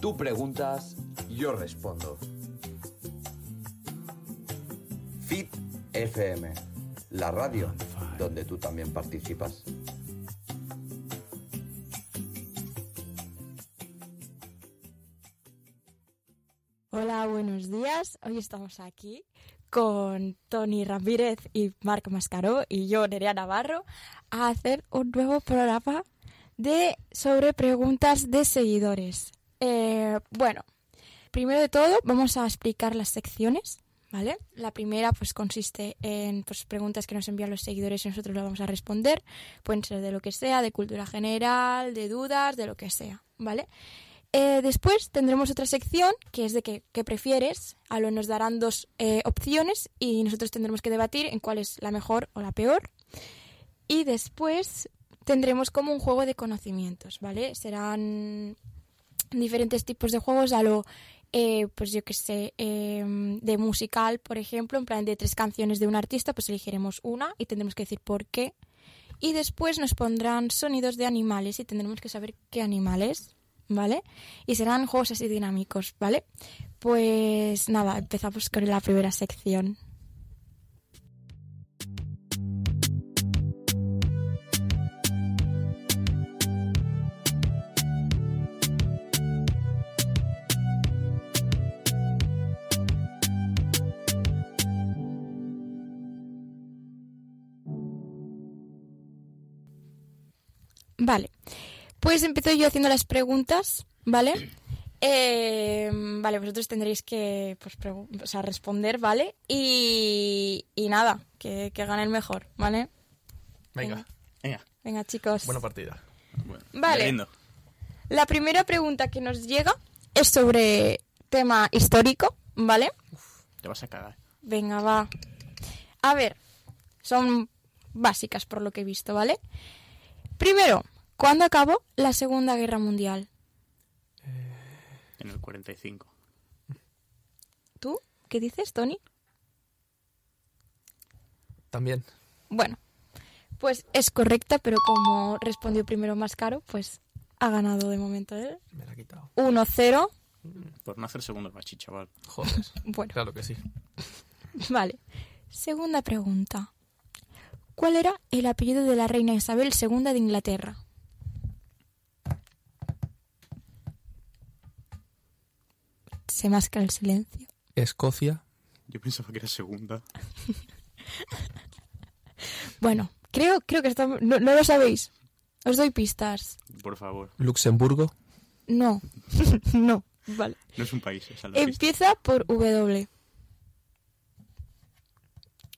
Tú preguntas, yo respondo. Fit FM, la radio donde tú también participas. Hola, buenos días. Hoy estamos aquí con Tony Ramírez y Marc Mascaró y yo, Nerea Navarro, a hacer un nuevo programa de sobre preguntas de seguidores. Eh, bueno, primero de todo vamos a explicar las secciones, ¿vale? La primera pues consiste en pues, preguntas que nos envían los seguidores y nosotros las vamos a responder. Pueden ser de lo que sea, de cultura general, de dudas, de lo que sea, ¿vale? Eh, después tendremos otra sección que es de qué, qué prefieres. A lo nos darán dos eh, opciones y nosotros tendremos que debatir en cuál es la mejor o la peor. Y después tendremos como un juego de conocimientos, ¿vale? Serán diferentes tipos de juegos a lo, eh, pues yo qué sé, eh, de musical, por ejemplo, en plan de tres canciones de un artista, pues elegiremos una y tendremos que decir por qué. Y después nos pondrán sonidos de animales y tendremos que saber qué animales, ¿vale? Y serán juegos así dinámicos, ¿vale? Pues nada, empezamos con la primera sección. Vale. Pues empiezo yo haciendo las preguntas, ¿vale? Eh, vale, vosotros tendréis que pues, pregu- o sea, responder, ¿vale? Y, y nada, que, que gane el mejor, ¿vale? Venga, venga. Venga, chicos. Buena partida. Vale. La primera pregunta que nos llega es sobre tema histórico, ¿vale? Te vas a cagar. Venga, va. A ver, son básicas por lo que he visto, ¿vale? Primero, ¿cuándo acabó la Segunda Guerra Mundial? En el 45. ¿Tú? ¿Qué dices, Tony? También. Bueno, pues es correcta, pero como respondió primero más caro, pues ha ganado de momento ¿eh? él. Me la ha quitado. 1-0. Por no hacer segundos bachi, chaval. Joder. Bueno, claro que sí. vale. Segunda pregunta. ¿Cuál era el apellido de la reina Isabel II de Inglaterra? Se masca el silencio. Escocia. Yo pensaba que era segunda. Bueno, creo, creo que estamos- no, no lo sabéis. Os doy pistas. Por favor. Luxemburgo. No, no. Vale. No es un país, es algo triste. Empieza por W.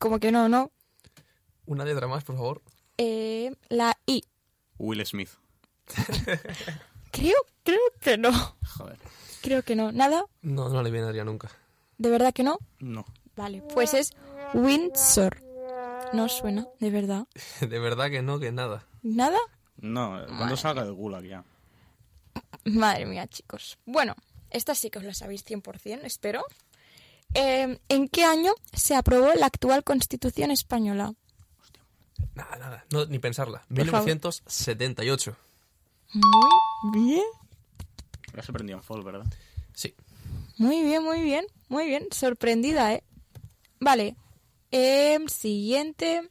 Como que no, no. Una letra más, por favor. Eh, la I. Will Smith. Creo, creo que no. Joder. Creo que no. ¿Nada? No, no la eliminaría nunca. ¿De verdad que no? No. Vale, pues es Windsor. No os suena, de verdad. De verdad que no, que nada. ¿Nada? No, cuando salga de Gulag ya. Madre mía, chicos. Bueno, esta sí que os la sabéis 100%, espero. Eh, ¿En qué año se aprobó la actual Constitución española? Nada, nada. No, ni pensarla. favor. 1978. Muy bien. Lo has aprendido en Fall, ¿verdad? Sí. Muy bien, muy bien, muy bien. Sorprendida, ¿eh? Vale. Em, siguiente.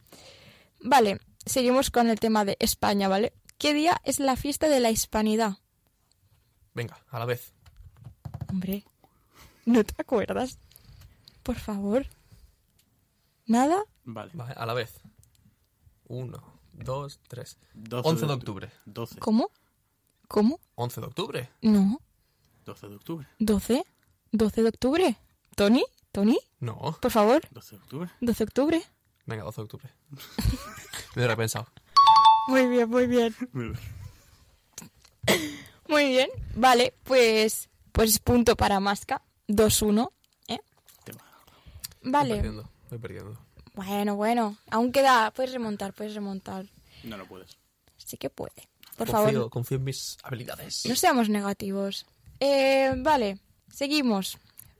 Vale, seguimos con el tema de España, ¿vale? ¿Qué día es la fiesta de la hispanidad? Venga, a la vez. Hombre, ¿no te acuerdas? Por favor. ¿Nada? Vale. Vale, a la vez. Uno, dos, tres. 12 11 de octubre. 12. ¿Cómo? ¿Cómo? 11 de octubre. No. 12 de octubre. ¿12? ¿12 de octubre? ¿Tony? ¿Tony? No. Por favor. 12 de octubre. 12 de octubre. Venga, 12 de octubre. Me hubiera pensado. Muy bien, muy bien. Muy bien, vale, pues, pues punto para Masca, 2-1. ¿eh? Te va. Voy Vale, perdiendo. Voy perdiendo. bueno, bueno, aún queda, puedes remontar, puedes remontar. No lo puedes. Sí que puede. Por confío, favor, confío en mis habilidades. no seamos negativos. Eh, vale, seguimos.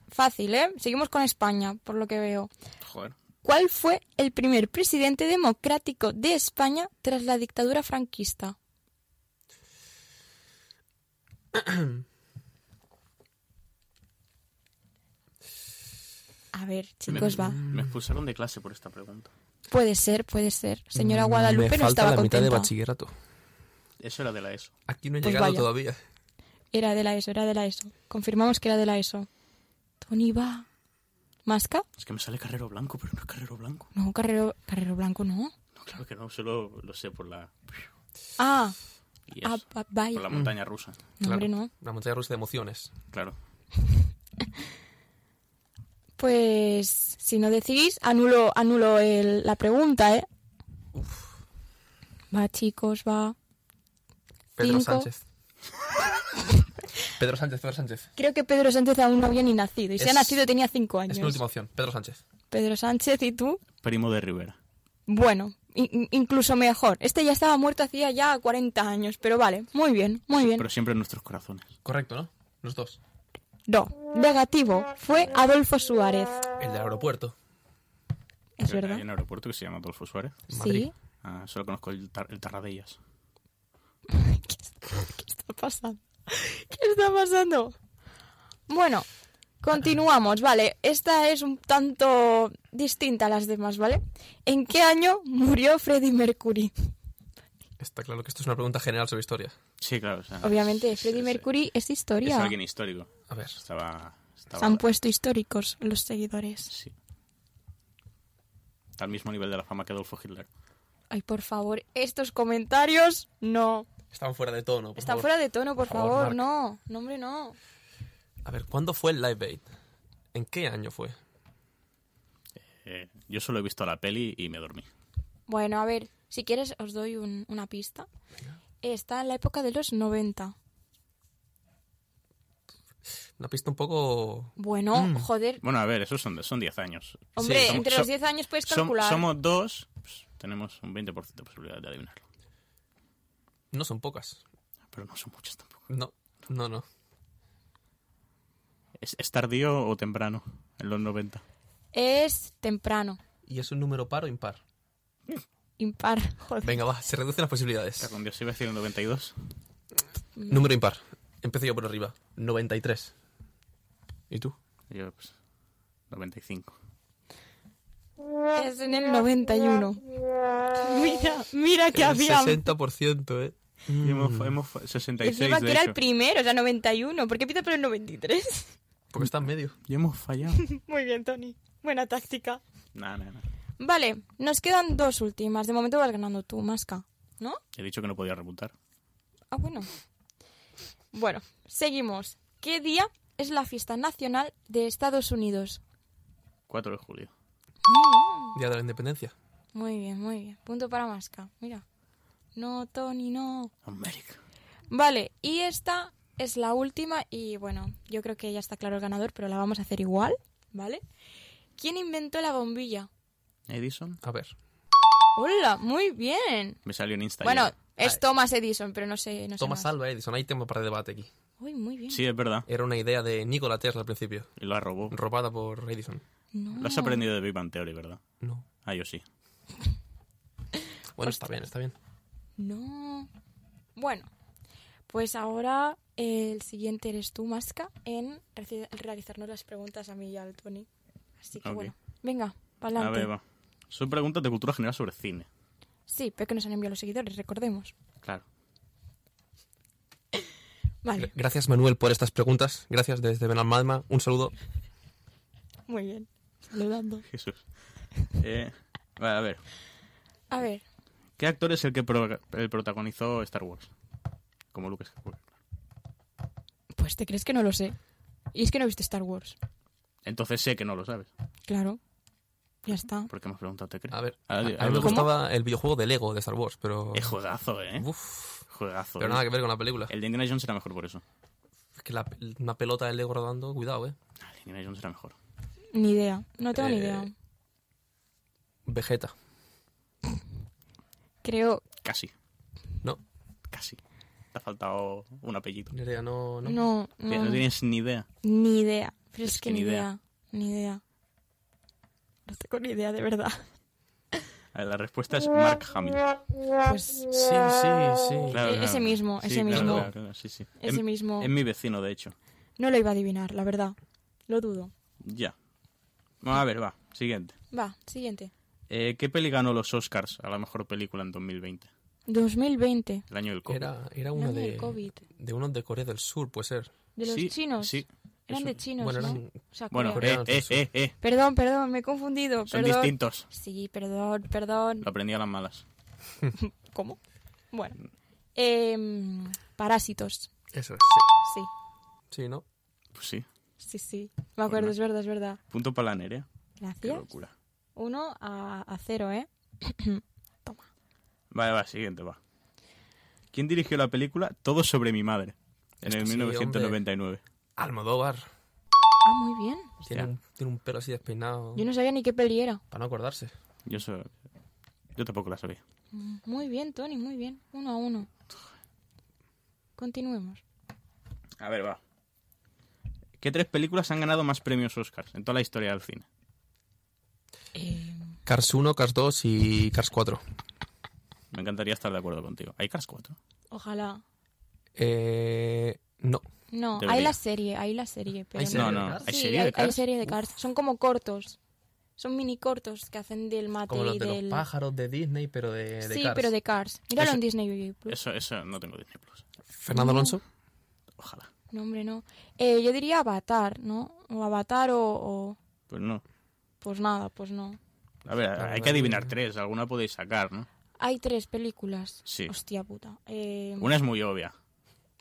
Fácil, ¿eh? Seguimos con España, por lo que veo. Joder. ¿Cuál fue el primer presidente democrático de España tras la dictadura franquista? A ver, chicos, va. Mm. Me expulsaron de clase por esta pregunta. Puede ser, puede ser. Señora Mm, Guadalupe me no falta estaba la mitad de contenta. bachillerato. Eso era de la E ESO. Aquí no he Pues llegado vaya. todavía. Era de la ESO, era de la ESO. Confirmamos que era de la ESO. Tony va. ¿Masca? Es que me sale carrero blanco, pero no es carrero blanco. No, carrero, carrero blanco no. No, claro que no, solo lo sé por la. E Ah, y ah eso, va- vaya. por la montaña rusa. No, hombre, Claro. no. La montaña rusa de emociones. Claro. Pues si no decidís, anulo, anulo el- la pregunta, ¿eh? Va, chicos, va. Pedro Cinco. Sánchez. Pedro Sánchez, Pedro Sánchez. Creo que Pedro Sánchez aún no había ni nacido. Y si Es- ha nacido tenía cinco años. Es mi última opción, Pedro Sánchez. Pedro Sánchez y tú. Primo de Rivera. Bueno, in- in- incluso mejor. Este ya estaba muerto hacía ya 40 años, pero vale, muy bien, muy bien. Pero siempre en nuestros corazones. Correcto, ¿no? Los dos. No, negativo, fue Adolfo Suárez. El del aeropuerto. Es Creo que verdad. Hay un aeropuerto que se llama Adolfo Suárez. Madrid. Sí. Ah, solo conozco el, tar- el Tarradellas. ¿Qué está pasando? ¿Qué está pasando? Bueno, continuamos, vale. Esta es un tanto distinta a las demás, ¿vale? ¿En qué año murió Freddie Mercury? Está claro que esto es una pregunta general sobre historia. Sí, claro. o sea, Obviamente, es- Freddie es- Mercury es Es historia. alguien histórico. A ver, Estaba. estaba Se han puesto históricos los seguidores. Sí. Al mismo nivel de la fama que Adolfo Hitler. Ay, por favor, estos comentarios no. están fuera de tono. Por Están favor. fuera de tono, por, Por favor, favor, Marc. no. No, hombre, no. A ver, ¿cuándo fue el Live Aid? ¿En qué año fue? Eh, yo solo he visto la peli y me dormí. Bueno, a ver, si quieres os doy un- una pista. Está en la época de los 90. Una pista un poco... Bueno, joder. Bueno, a ver, esos son son 10 años. Hombre, somos- entre so- los 10 años puedes Som- calcular. somos dos, pues, tenemos un 20% de posibilidad de adivinarlo. No son pocas. Pero no son muchas tampoco. No, no, no. ¿Es, es tardío o temprano? En los 90. Es temprano. ¿Y es un número par o impar? Impar. Joder. Venga, va, se reducen las Está posibilidades. con Dios, iba a decir el 92. Número impar. Empiezo yo por arriba. 93. ¿Y tú? Yo, pues, 95. Es en el 91. Mira, mira que El había. 60%, ¿eh? Y hemos, hemos fa- 66, Encima de que era el hecho. primero, o sea, 91. ¿Por qué empieza por el 93? Porque está en medio. Y hemos fallado. Muy bien, Tony. Buena táctica. Nada, nada, nada. Vale, nos quedan dos últimas. De momento vas ganando tú, Masca. ¿No? He dicho que no podía repuntar. Ah, bueno. Bueno, seguimos. ¿Qué día es la fiesta nacional de Estados Unidos? 4 de julio. Día de la Independencia. Muy bien, muy bien. Punto para Masca. Mira. No, Tony, no. América. Vale, y esta es la última y bueno, yo creo que ya está claro el ganador, pero la vamos a hacer igual, ¿vale? ¿Quién inventó la bombilla? Edison. A ver. Hola, muy bien. Me salió en Instagram. Bueno, es Thomas Edison, pero no sé, no sé Thomas más. Alva Edison. Hay tema para debate aquí. Uy, muy bien. Sí, es verdad. Era una idea de Nikola Tesla al principio. Y lo robó. Robada por Edison. No. Lo has aprendido de Big Bang Theory, ¿verdad? No. Ah, yo sí. Bueno, está bien, está bien. No. Bueno, pues ahora el siguiente eres tú, Masca, en reci- realizarnos las preguntas a mí y al Tony. Así que Ok. bueno, venga, A pa'lante. ver, va. Son preguntas de cultura general sobre cine. Sí, pero que nos han enviado los seguidores, recordemos. Claro. Vale, Gra- Gracias, Manuel, por estas preguntas. Gracias desde Benalmadma. Un saludo. muy bien. Saludando. Jesús. Eh, vale, a ver. A ver, ¿Qué actor es el que pro- el protagonizó Star Wars? Como Lucas pues te crees que no lo sé. Y es que no he visto Star Wars. Entonces sé que no lo sabes. Claro. Ya está. ¿Por qué me has preguntado? ¿Te crees? A ver. A, Ah, a mí di- me ¿Cómo? gustaba el videojuego de Lego de Star Wars, pero. Es juegazo, ¿eh? Uf. Juegazo. Pero ¿eh? nada que ver con la película. El de Indiana Jones era mejor por eso. Es que la, una pelota de Lego rodando, cuidado, eh. Ah, El de Indiana Jones era mejor. Ni idea. No tengo ni Eh, idea. Vegeta. Creo. Casi, No, casi. Te ha faltado un apellido. Nerea, no, no. No, Mira, No, no, tienes ni idea. Ni idea. Pero Es es, que que ni ni idea. idea. Ni idea. No tengo ni idea, de verdad. A ver, la respuesta es Mark Hamill. Pues Sí, sí, sí. Claro, E- claro. ese mismo, Sí, ese claro, mismo. claro, claro, sí, sí. Ese Es- mismo. Es mi vecino, de hecho. No lo iba a adivinar, la verdad. Lo dudo. Ya. A ver, va, siguiente. Va, siguiente. Eh, ¿Qué peli ganó los Oscars a la mejor película en 2020? 2020. El año del COVID. Era, era Eran uno del de, COVID. de uno de Corea del Sur, puede ser. De los Sí, chinos. Sí. Eran Eso- de chinos, bueno, ¿no? eran- O sea, Bueno, Corea. eh, Corea del eh, Sur. eh, eh. Perdón, perdón, me he confundido. Son perdón. distintos. Sí, perdón, perdón. Lo aprendí a las malas. ¿Cómo? Bueno. Em, parásitos. Eso sí. Sí, Sí, ¿no? Pues sí. sí, sí. Me acuerdo, Bueno. es verdad, es verdad. Punto para la Nerea. Pues Qué Gracias. locura. Uno a, a cero, ¿eh? Vale, va, siguiente, va. ¿Quién dirigió la película Todo sobre mi madre? En el sí, 1999. Almodóvar. Ah, muy bien. Tiene un, tiene un pelo así despeinado. Yo no sabía ni qué peli era. Para no acordarse. Yo, so- yo tampoco la sabía. Mm, Muy bien, Tony, muy bien. Uno a uno. Continuemos. A ver, va. ¿Qué tres películas han ganado más premios Oscars en toda la historia del cine? Em, Cars 1, Cars 2 y Cars 4. Me encantaría estar de acuerdo contigo. ¿Hay Cars 4? ojalá. Eh, no. No, hay Debería. la serie, hay la serie. Pero ¿Hay no. serie No, de no. Cars? ¿Hay Sí, serie de hay- hay Cars? serie de Cars. Son como cortos. Son mini cortos que hacen del mate Como los y de del... los pájaros de Disney, pero de, de sí, Cars. pero de Cars. Míralo Eso- en Disney Plus. Eso, eso no tengo Disney Plus. Fernando Alonso. Ojalá. No, hombre, no. Eh, yo diría Avatar, ¿no? O Avatar o, o- Pues no. Pues nada, pues no. A ver, Claro, hay vale. que adivinar tres. Alguna podéis sacar, ¿no? Hay tres películas. Sí. Hostia puta. Eh, Una es muy obvia.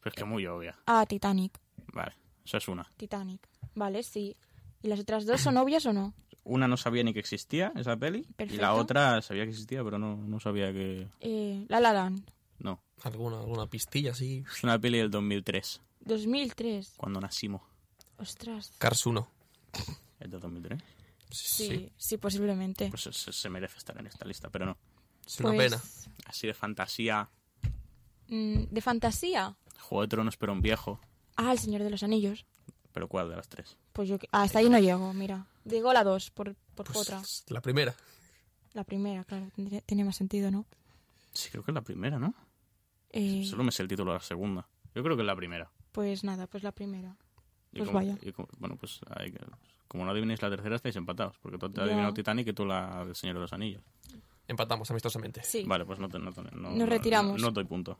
Pero es que muy obvia. Ah, Titanic. Vale, esa es una. Titanic. Vale, sí. ¿Y las otras dos son obvias o no? Una no sabía ni que existía, esa peli. Y la Perfecto. otra sabía que existía, pero no, no sabía que... Eh, la La Land. No. Alguna, alguna pistilla así. Es una peli del 2003, 2003. cuando nacimos. Ostras. Cars 1. ¿Es del 2003? Sí, sí, posiblemente. Pues se, se merece estar en esta lista, pero no. Es una Pues, pena. Así de fantasía, mm, de fantasía. Juego de Tronos, pero un viejo. Ah, El Señor de los Anillos. ¿Pero cuál de las tres? Pues yo... ah, Hasta ahí no llego, mira. Digo la dos, por, por Pues, otra. La primera. La primera, claro. tendría- Tenía más sentido, ¿no? Sí, creo que es la primera, ¿no? Eh, Solo me sé el título de la segunda. Yo creo que es la primera. Pues nada, pues la primera. Pues como- vaya. y como- bueno, pues hay que- como no adivinéis la tercera, estáis empatados. Porque tú te Ya. has adivinado Titanic y tú la del Señor de los Anillos. Empatamos amistosamente. Sí. Vale, pues no, te- no, te- no- Nos no- retiramos. No, no doy punto.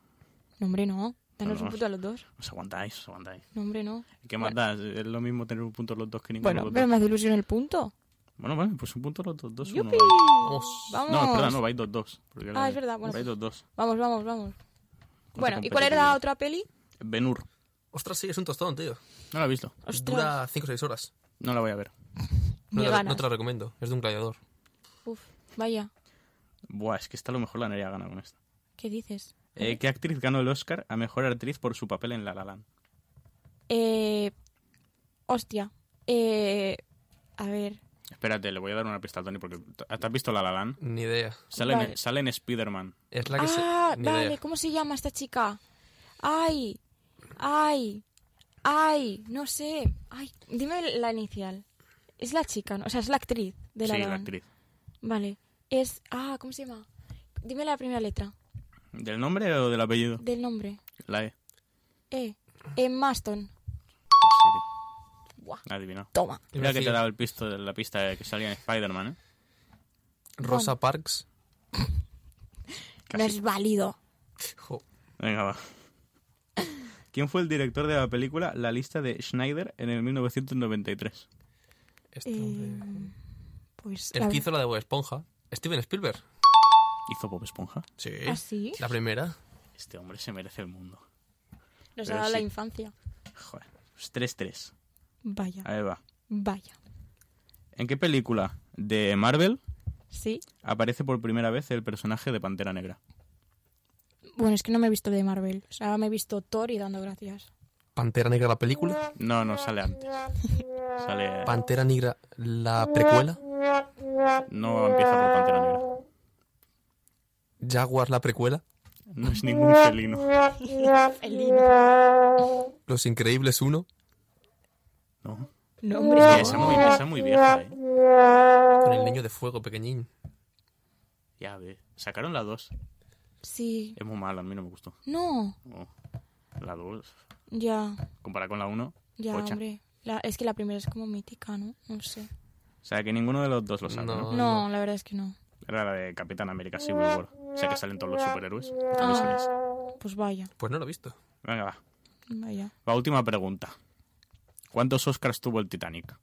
No, hombre, no. Danos No, no. un punto a los dos. Os aguantáis, os aguantáis. No, hombre, no. ¿Qué más da? Es lo mismo tener un punto los dos que ninguno de Bueno, los pero dos. me hace ilusión el punto. Bueno, vale, pues un punto los dos. dos uno. ¡Yupi! Vamos. Vamos. No, espera, no, vais dos, dos. porque Oh. Ah, es verdad, bueno, Vais dos, dos. Vamos, vamos, vamos. Contra Bueno, ¿y cuál era competitividad. la otra peli? Benur. Ostras, sí, es un tostón, tío. No la he visto. Ostras, Dura 5 o 6 horas. No la voy a ver. No ni te, la- no ganas. te la recomiendo. Es de un gladiador. Uf, vaya, Buah, es que está a lo mejor la Nerea gana con esta. ¿qué dices? Eh, ¿Qué actriz ganó el Oscar a mejor actriz por su papel en La La Land? Eh, hostia. Eh, a ver. Espérate, le voy a dar una pista a Tony porque t- ¿te has visto La La Land? Ni idea. Sale, Vale. en, sale en Spider-Man. Es la que se. Ah, Ni vale, idea. ¿cómo se llama esta chica? Ay, ay, ay, no sé. Ay, dime la inicial. Es la chica, ¿no? o sea, es la actriz de la sí, la Land. actriz. Vale, es. Ah, ¿cómo se llama? Dime la primera letra ¿Del nombre o del apellido? del nombre. La E. E. Emma Stone. Pues sí, Buah, tío. Adivinado. toma. Mira que te Decir, he dado el pisto de la pista de que salía en Spider-Man, ¿eh? Rosa Parks. No es válido. Jo, Venga, va. ¿Quién fue el director de la película La lista de Schneider en el 1993? este Eh, hombre. Pues. la El ver- que hizo la de Bob Esponja. Steven Spielberg. ¿Hizo Bob Esponja? Sí. ¿Ah, sí? La primera. Este hombre se merece el mundo. Nos ha pero dado la sí. infancia. Joder. Pues 3-3. Vaya, Ahí va. vaya. ¿En qué película de Marvel Sí. aparece por primera vez el personaje de Pantera Negra? Bueno, es que no me he visto de Marvel. O sea, ahora me he visto Thor y dando gracias. Pantera Negra, la película. No, no, sale antes. Sale... Pantera Negra, la precuela. No empieza por Pantera Negra. Jaguar, la precuela. No es ningún felino. Felino. Los Increíbles 1. No. No, Y hombre. esa muy, esa muy vieja, ¿eh? Con el niño de fuego pequeñín. Ya ve. Sacaron la 2. Sí. Es muy mala, a mí no me gustó. No. No. La 2, Ya, comparada con la 1, ya, Pocha. hombre. La- es que la primera es como mítica, ¿no? No sé. O sea, que ninguno de los dos lo sabe, ¿no? No. No, la verdad es que no. Era la de Capitán América Civil War. O sea, que salen todos los superhéroes. También Ah. son ellos. Pues vaya, Pues no lo he visto. Venga, va. vaya. La última pregunta. ¿Cuántos Oscars tuvo el Titanic?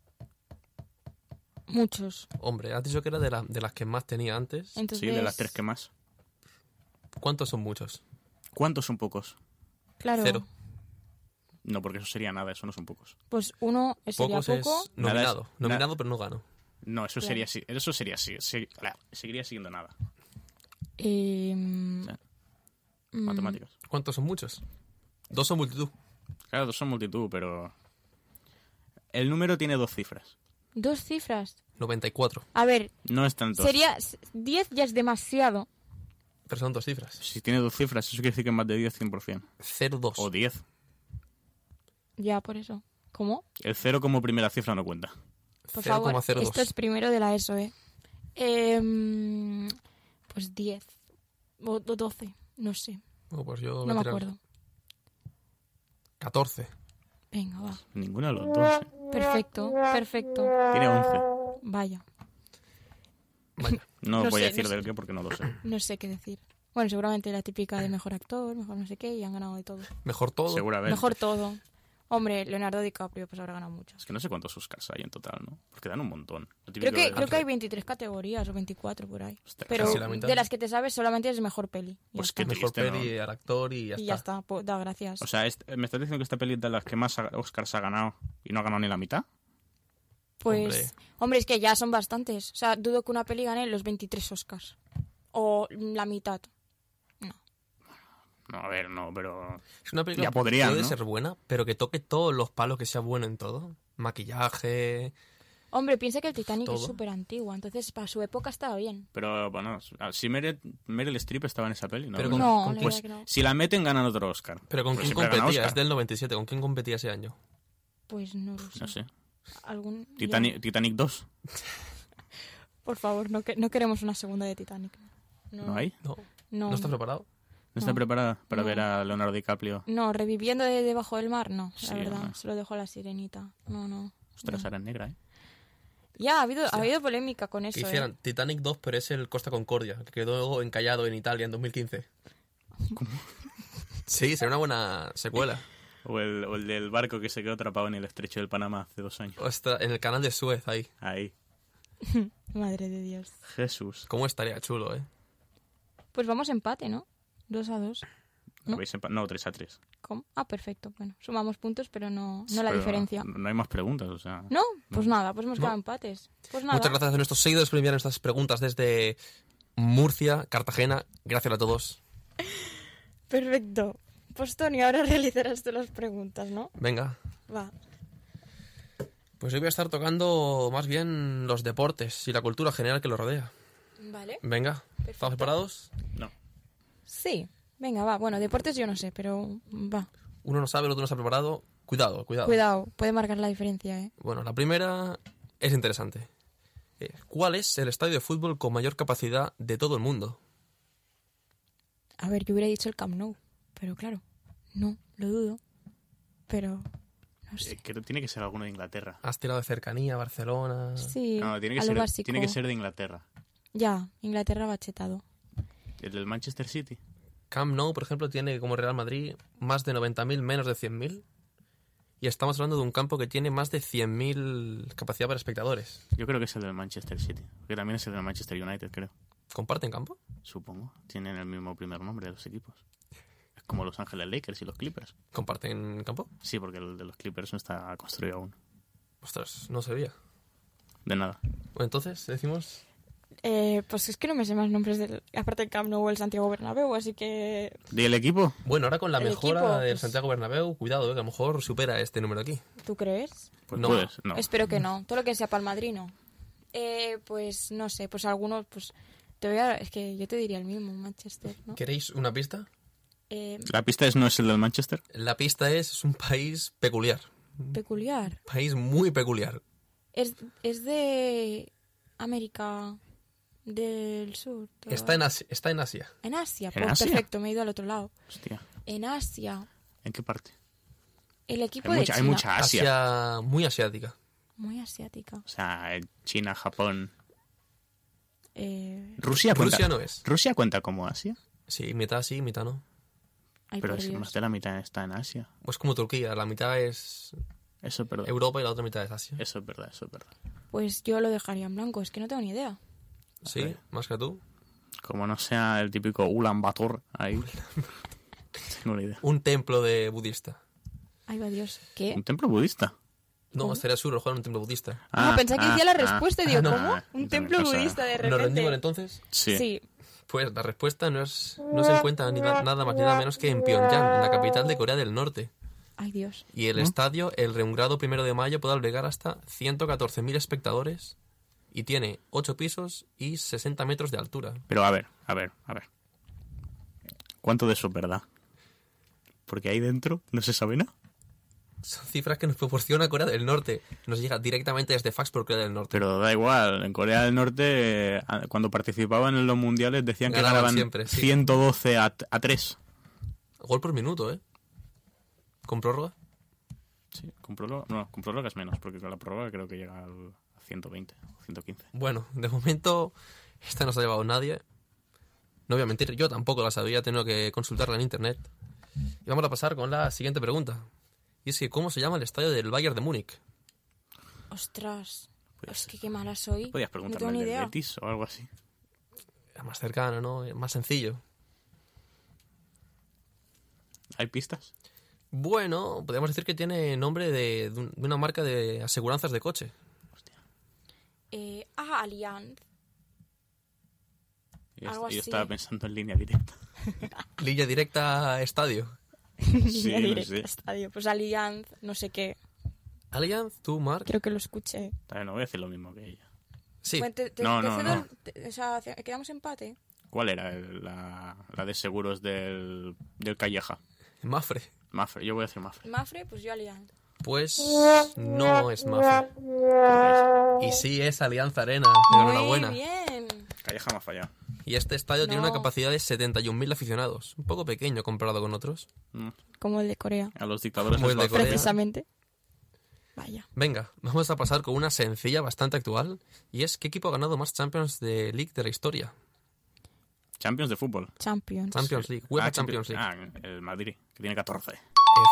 Muchos. Hombre, has dicho que era de, la- de las que más tenía antes. Entonces, Sí, de las tres que más. ¿Cuántos son muchos? ¿Cuántos son pocos? Claro, Cero. No, porque eso sería nada, eso no son pocos. pues uno sería Pocos poco. es nominado. Nada es- nominado, pero no gano. No, eso Claro. sería así. Eso sería así. se- la- seguiría siendo nada. eh, mm, sea, mm, Matemáticas. ¿Cuántos son muchos? Dos son multitud. Claro, son multitud, pero. El número tiene dos cifras. Dos cifras. 94. A ver, No es tanto. sería. s- Diez ya es demasiado. Pero son dos cifras. Si tiene dos cifras, eso quiere decir que es más de 10, 100%. 0-2. O 10. Ya, por eso. ¿Cómo? El cero como primera cifra no cuenta. Por favor, esto es primero de la ESO, ¿eh? Em, pues 10 o o 12, no sé, Bueno, pues yo voy no a me tirar acuerdo. 14. Venga, va. Ninguno de los dos. ¿eh? Perfecto, perfecto. Tiene 11. Vaya, Vaya. No, No voy a sé, decir no del qué porque no lo sé. no sé qué decir. Bueno, seguramente la típica de mejor actor, mejor no sé qué, y han ganado de todo. Mejor todo. Seguramente. Mejor todo. Hombre, Leonardo DiCaprio pues habrá ganado muchas. Es que no sé cuántos Oscars hay en total, ¿no? Porque dan un montón. Lo Creo típico que, de- creo que hay 23 categorías o 24 por ahí. Hostia, Pero casi la mitad. de las que te sabes solamente es mejor peli. y ya Pues está. qué Mejor triste, ¿no? peli, al actor y ya y está. ya está, po- da gracias. O sea, este- me estás diciendo que esta peli es de las que más ha- Oscars ha ganado y no ha ganado ni la mitad. Pues, Hombre. hombre. es que ya son bastantes. O sea, dudo que una peli gane los 23 Oscars. O la mitad. No, a ver, no, pero. Es una película Ya podrían, que puede ¿no? ser buena, pero que toque todos los palos, que sea bueno en todo. Maquillaje... Hombre, piensa que el Titanic es Todo. súper antigua, entonces para su época estaba bien. Pero bueno, si Meryl, Meryl Streep estaba en esa peli, ¿no? Pero No, con- la verdad pues que no. si la meten, ganan otro Oscar. Pero ¿con Pero quién siempre gana competía? Oscar. Es del 97. ¿Con quién competía ese año? Pues no lo sé. No sé. Algún- Titanic, ya. Titanic 2, Por favor, no, que- no queremos una segunda de Titanic. No, ¿no hay? No, No, no está preparado. ¿No está No. preparada para No. ver a Leonardo DiCaprio? No, reviviendo de debajo del mar, no, Sí, la verdad. hombre. Se lo dejo a la sirenita. No, no. Ostras, no. ahora es negra, ¿eh? Ya, ha habido, ha habido polémica con eso. que ¿eh? hicieran Titanic 2, pero es el Costa Concordia, que quedó encallado en Italia en 2015. ¿Cómo? Sí, sería una buena secuela. O el, o el del barco que se quedó atrapado en el estrecho del Panamá hace dos Oh. años. Ostras, en el canal de Suez ahí. Ahí. Madre de Dios. Jesús. ¿Cómo estaría chulo, eh? Pues vamos empate, ¿no? Dos a dos. ¿No? ¿Habéis empa- No, 3 a 3. ¿Cómo? Ah, perfecto. Bueno, sumamos puntos, pero no, no la Pero diferencia. No, no hay más preguntas, o sea. ¿No? Pues nada, pues hemos quedado empates. Pues nada. Muchas gracias a nuestros seguidores por enviar nuestras preguntas desde Murcia, Cartagena. Gracias a todos. Perfecto. Pues Tony, ahora realizarás tú las preguntas, ¿no? Venga. Va. Pues hoy voy a estar tocando más bien los deportes y la cultura general que los rodea. Vale. Venga, Perfecto. ¿estamos preparados? No. Sí. Venga, va. Bueno, deportes yo no sé, pero va. Uno no sabe, el otro no se ha preparado. Cuidado, cuidado. Cuidado, puede marcar la diferencia, ¿eh? Bueno, la primera es interesante. Eh, ¿Cuál es el estadio de fútbol con mayor capacidad de todo el mundo? A ver, yo hubiera dicho el Camp Nou, pero claro, no, lo dudo. Pero, no Eh, sé. que tiene que ser alguno de Inglaterra. Has tirado de cercanía, Barcelona. Sí, Ah, No, tiene a que, lo ser, básico. tiene que ser de Inglaterra. Ya, Inglaterra bachetado. El del Manchester City. Camp Nou, por ejemplo, tiene como Real Madrid más de 90.000, menos de 100.000. Y estamos hablando de un campo que tiene más de 100.000 capacidad para espectadores. Yo creo que es el del Manchester City. Que también es el del Manchester United, creo. ¿Comparten campo? Supongo. Tienen el mismo primer nombre de los equipos. Es como Los Ángeles Lakers y los Clippers. ¿Comparten campo? Sí, porque el de los Clippers no está construido aún. Ostras, no sabía. De nada. Bueno, entonces decimos... Eh, pues es que no me sé más nombres del. Aparte del Camp Nou o el Santiago Bernabéu, así que. ¿Y el equipo? Bueno, ahora con la El mejora equipo, del pues- Santiago Bernabéu, cuidado, eh, que a lo mejor supera este número aquí. ¿Tú crees? Pues No. puedes. No. Espero que no. Todo lo que sea Palmadrid, no. Eh, pues no sé, pues algunos, pues. Te voy a. Es que yo te diría el mismo, Manchester, ¿no? ¿Queréis una pista? Eh, La pista es no es el del Manchester. La pista es, es un país peculiar. peculiar. País muy peculiar. Es, es de. América del Sur. todo. Está en, Asi- está en Asia. En Asia, ¿En pues, Asia? perfecto, me he ido al otro lado. Hostia. En Asia, ¿En qué parte? el equipo Hay de mucha, hay China. mucha Asia. Asia muy asiática. Muy asiática. O sea, eh, China, Japón. Eh, Rusia cuenta. Rusia no es. Rusia cuenta como Asia. Sí, mitad sí, mitad no. ay, pero por si Dios. más de la mitad está en Asia. Pues como Turquía, la mitad es Eso es verdad. Europa y la otra mitad es Asia. Eso es verdad, eso es verdad. Pues yo lo dejaría en blanco, es que no tengo ni idea. Sí, Ok. más que tú. Como no sea el típico Ulan Bator ahí. Tengo ni idea. Un templo de budista. Ay, va Dios. ¿Qué? Un templo budista. No, sería su jugar un templo budista. Ah, pensé que ah, decía la ah. respuesta y digo, no. ¿cómo? Ah, Un entonces, templo o sea, budista de repente. ¿Nos rendimos entonces? Sí. Sí. Pues la respuesta no, es, no se encuentra ni na- nada más ni nada menos que en Pyongyang, en la capital de Corea del Norte. Ay, Dios. Y el estadio, el reumbrado primero de mayo, puede albergar hasta 114.000 espectadores y tiene 8 pisos y 60 metros de altura. Pero a ver, a ver, a ver. ¿Cuánto de eso es verdad? Porque ahí dentro no se sabe nada. Son cifras que nos proporciona Corea del Norte. Nos llega directamente desde fax por Corea del Norte. Pero da igual, en Corea del Norte, eh, a- cuando participaban en los mundiales, decían que Ganaban ganaban siempre, sí. 112 a, a 3. Gol por minuto, ¿eh? ¿Con prórroga? Sí, con prórroga, no, con prórroga es menos, porque con la prórroga creo que llega al a 120 o 115. Bueno, de momento esta no se ha llevado nadie. No voy a mentir, yo tampoco la sabía, he tenido que consultarla en internet. Y vamos a pasar con la siguiente pregunta. Y es que, ¿cómo se llama el estadio del Bayern de Múnich? Ostras. Podías- es que qué mala soy. Pues Podías no preguntarme tengo ni el del idea. Betis o algo así. Era Más cercano, ¿no? Era Más sencillo. ¿Hay pistas? Bueno, podríamos decir que tiene nombre de, de un- de una marca de aseguranzas de coche. Eh, ah, Allianz. Yo, Algo yo así. estaba pensando en línea directa. Línea directa estadio. Sí, Línea no directa, sé. estadio. Pues Allianz, no sé qué. Allianz, tú, Mark. Creo que lo escuché. Vale, no voy a decir lo mismo que ella. Sí, Bueno, te- te- No, te no, cedo no. el- te- o sea, ce- quedamos empate. ¿Cuál era el- la, la de seguros del, del Calleja? Mafre. Mafre, yo voy a decir Mafre. Mafre, pues yo Allianz. Pues no es Mafre. Y sí es Alianza Arena. Enhorabuena. Muy bien. Calleja me ha fallado. Y este estadio tiene No. una capacidad de 71.000 aficionados. Un poco pequeño comparado con otros. Mm, Como el de Corea. A los dictadores Como les el de va a hacer- Corea. Precisamente. Vaya. Venga, vamos a pasar con una sencilla bastante actual. Y es, ¿qué equipo ha ganado más Champions de League de la historia? Champions de fútbol. Champions. Champions League. UEFA Ah, Champions League. Ah, el Madrid, que tiene 14.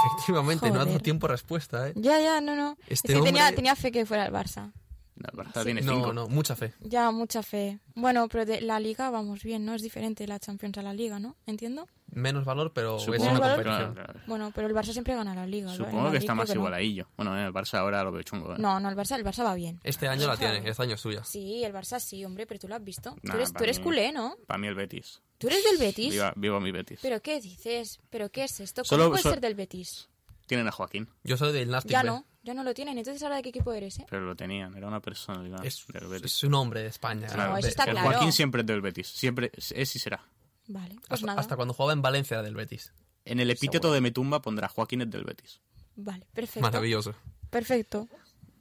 Efectivamente, no ha dado Joder. tiempo a respuesta, ¿eh? Ya, ya, no, no. Este es que tenía, hombre- tenía fe que fuera el Barça. No, el Barça tiene No, 5. no, mucha fe. Ya, mucha fe. Bueno, pero de la liga vamos bien, ¿no? Es diferente la Champions a la liga, ¿no? ¿Entiendo. Menos valor, pero es Supongo, una Menos valor, que, competición. claro, claro. Bueno, pero el Barça siempre gana la liga. ¿no? El Supongo que Madrid está creo más no. igualadillo. Bueno, eh, el Barça ahora lo veo chungo. ¿eh? No, no, el Barça, el Barça va bien. Este año la tiene, este año es suya. Sí, el Barça sí, hombre, pero tú lo has visto. Nah, tú eres, tú para eres mí- culé, ¿no? Para mí el Betis. Tú eres del Betis. Viva, viva mi Betis. ¿Pero qué dices? ¿Pero qué es esto? ¿Cómo Solo- puedes so- ser del Betis? Tienen a Joaquín, Yo soy del Nastic Ya B. no, ya no lo tienen. Entonces, ¿ahora de qué equipo eres, eh? pero lo tenían. Era una personalidad Es, del Betis. es un hombre de España. Claro, No, Ah, eso de- está el claro. Joaquín siempre es del Betis. Siempre es y será. Vale, pues Hasta, nada. hasta cuando jugaba en Valencia era del Betis. En el epíteto de Metumba pondrá Joaquín es del Betis. Vale, perfecto. Maravilloso. Perfecto,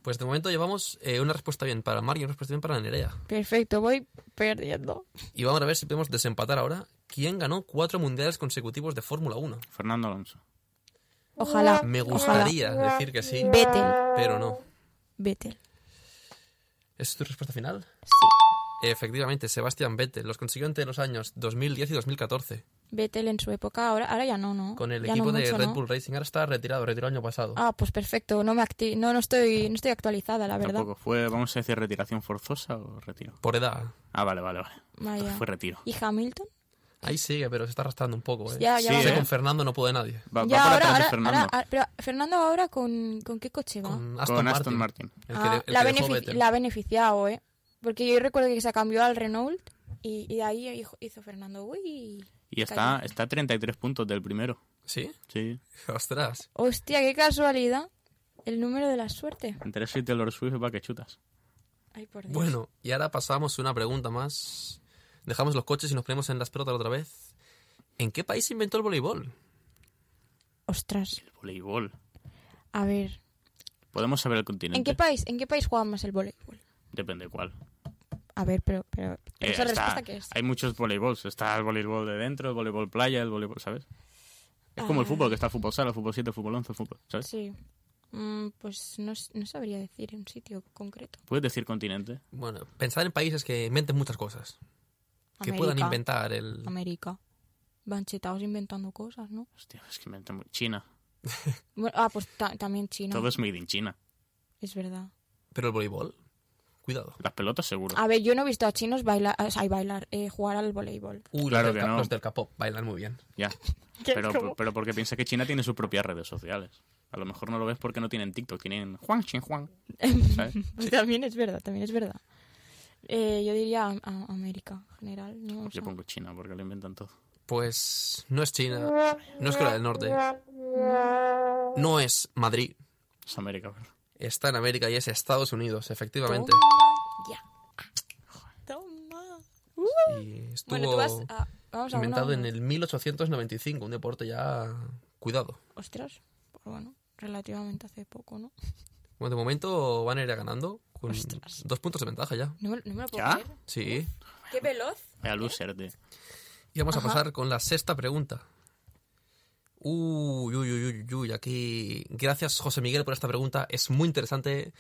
Pues de momento llevamos eh, una respuesta bien para Mar y una respuesta bien para Nerea. perfecto. Voy perdiendo. Y vamos a ver si podemos desempatar ahora quién ganó cuatro mundiales consecutivos de Fórmula 1. Fernando Alonso. Ojalá. Me ojalá. gustaría decir que sí, Vettel, pero no. Vettel. ¿Es tu respuesta final? Sí. Efectivamente, Sebastián Vettel los consiguió entre los años 2010 y 2014 Vettel en su época, ahora, ahora ya no, ¿no? con el Ya equipo no de mucho, Red ¿no? Bull Racing. Ahora está retirado, retiró el año pasado. Ah, pues perfecto. No me acti- no, no estoy, no estoy actualizada, la verdad. Tampoco fue, vamos a decir, retiración forzosa o retiro. Por edad. Ah, vale, vale, vale. Vaya. Ah, Fue retiro. ¿Y Hamilton? Ahí sigue, pero se está arrastrando un poco. ¿eh? Ya, ya Sí, va Sí, ¿eh? con Fernando no puede nadie. Va, va Ya, por ahora, atrás de ahora- Fernando. ahora- ah, pero Fernando ahora con, con qué coche va? Con Aston, con Martin. Aston Martin. El Ah, que, de- el la, que dejó benefici- Vettel. la ha beneficiado, ¿eh? Porque yo recuerdo que se cambió al Renault y, y de ahí hijo- hizo Fernando. Uy, Y está, está a 33 puntos del primero. ¿Sí? Sí. Ostras. hostia, qué casualidad. El número de la suerte. Entre eso y Taylor Swift va que chutas. Ay, por Dios. Bueno, y ahora pasamos una pregunta más. Dejamos los coches y nos ponemos en las pelotas otra vez. ¿En qué país se inventó el voleibol? Ostras, El voleibol. a ver. Podemos saber el ¿En continente. qué país, en qué país juega más el voleibol? Depende cuál. A ver, pero, pero Eh, esa está- respuesta que es. Hay muchos voleibols. Está el voleibol de dentro, el voleibol playa, el voleibol, ¿sabes? Es como el Ah. fútbol, que está el fútbol sala, el fútbol 7, el fútbol 11, el fútbol, ¿sabes? Sí. Mm, pues no, s- no sabría decir un sitio concreto. ¿Puedes decir continente? Bueno, pensar en países que inventen muchas cosas. Que América. puedan inventar el... América. Van chetados inventando cosas, ¿no? Hostia, es que me entra muy- China. Bueno, ah, pues ta- también China. Todo es made in China. Es verdad. Pero el voleibol, cuidado. Las pelotas seguro. A ver, yo no he visto a chinos bailar, o sea, ay, bailar, eh, jugar al voleibol. Uh, Claro los, que del, K- no. los del K-pop bailan muy bien. Ya. Pero, pero porque piensa que China tiene sus propias redes sociales. A lo mejor no lo ves porque no tienen TikTok, tienen Juan Xin Juan. ¿sabes? Pues también es verdad, también es verdad. Eh, yo diría a- a- América en general, ¿no? O sea, Yo pongo China porque lo inventan todo. Pues no es China, no es Corea del Norte, no es Madrid, Es América, ¿verdad? está en América y es Estados Unidos, efectivamente. Ya. Toma. Y estuvo Bueno, tú vas a... Vamos a uno a inventado uno. en el 1895, un deporte ya cuidado. Ostras, pues bueno, relativamente hace poco, ¿no? Bueno, de momento van a ir ganando con Ostras. dos puntos de ventaja ya. No me, no me lo puedo ¿Ya? creer. Sí. ¡Qué veloz! Vaya loser, tío. Y vamos Ajá. a pasar con la sexta pregunta. Uy, uy, uy, uy, uy, aquí. Gracias, José Miguel, por esta pregunta. Es muy interesante.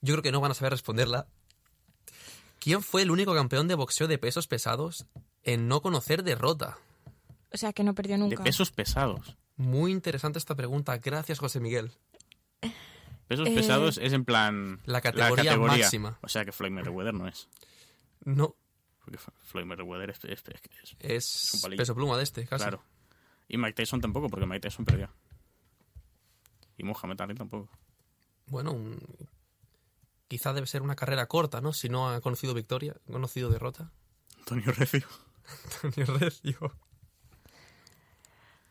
Yo creo que no van a saber responderla. ¿Quién fue el único campeón de boxeo de pesos pesados en no conocer derrota? O sea, que no perdió nunca. De pesos pesados. Muy interesante esta pregunta. Gracias, José Miguel. Pesos Eh, pesados es en plan. la categoría máxima. O sea que Floyd Merweather no es. No, Porque F- Floyd Merweather es, es- es- es- un es palillo. peso pluma de este, casi. Claro. Y Mike Tyson tampoco, porque Mike Tyson perdió. Y Muhammad Ali tampoco. Bueno, un- quizá debe ser una carrera corta, ¿no? Si no ha conocido victoria, conocido derrota. Antonio Recio. Antonio Recio.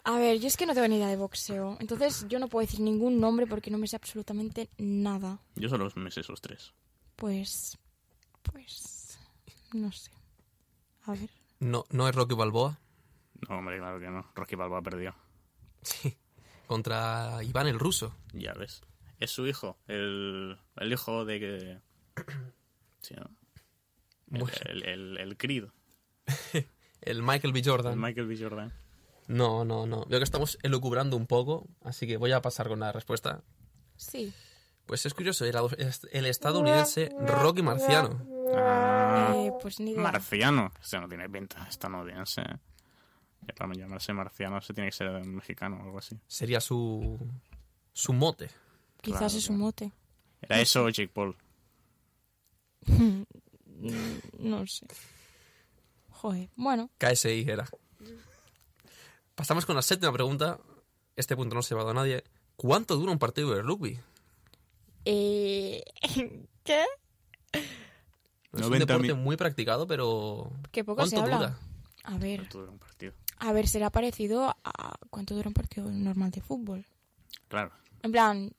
A ver, yo es que no tengo ni idea de boxeo. Entonces yo no puedo decir ningún nombre porque no me sé absolutamente nada. Yo solo me sé esos tres. Pues... Pues... No sé. A ver. No, no es Rocky Balboa. No, hombre, claro que no. Rocky Balboa perdió. Sí. Contra Iván el ruso. Ya ves. Es su hijo. El, el hijo de que. Sí, ¿no? El, Bueno. el, el- el Creed. El Michael B. Jordan. El Michael B. Jordan. No, no, no. Veo que estamos elucubrando un poco, así que voy a pasar con la respuesta. Sí. Pues es curioso, el, el estadounidense Rocky Marciano. Ah, Eh, pues ni idea. marciano. Este no tiene pinta estadounidense. Ya para llamarse marciano se tiene que ser mexicano o algo así. Sería su, su mote. Quizás Claro, es un claro. mote. Era eso o Jake Paul. Mm, No sé. Joder. Bueno, KSI era. Pasamos con la séptima pregunta. Este punto no se ha llevado a nadie. ¿Cuánto dura un partido de rugby? Eh, ¿Qué? Es un 90 deporte mil- muy practicado, pero Qué poco se ¿cuánto habla. dura? A ver, Todo era un partido. a ver, será parecido a cuánto dura un partido normal de fútbol. Claro. En plan,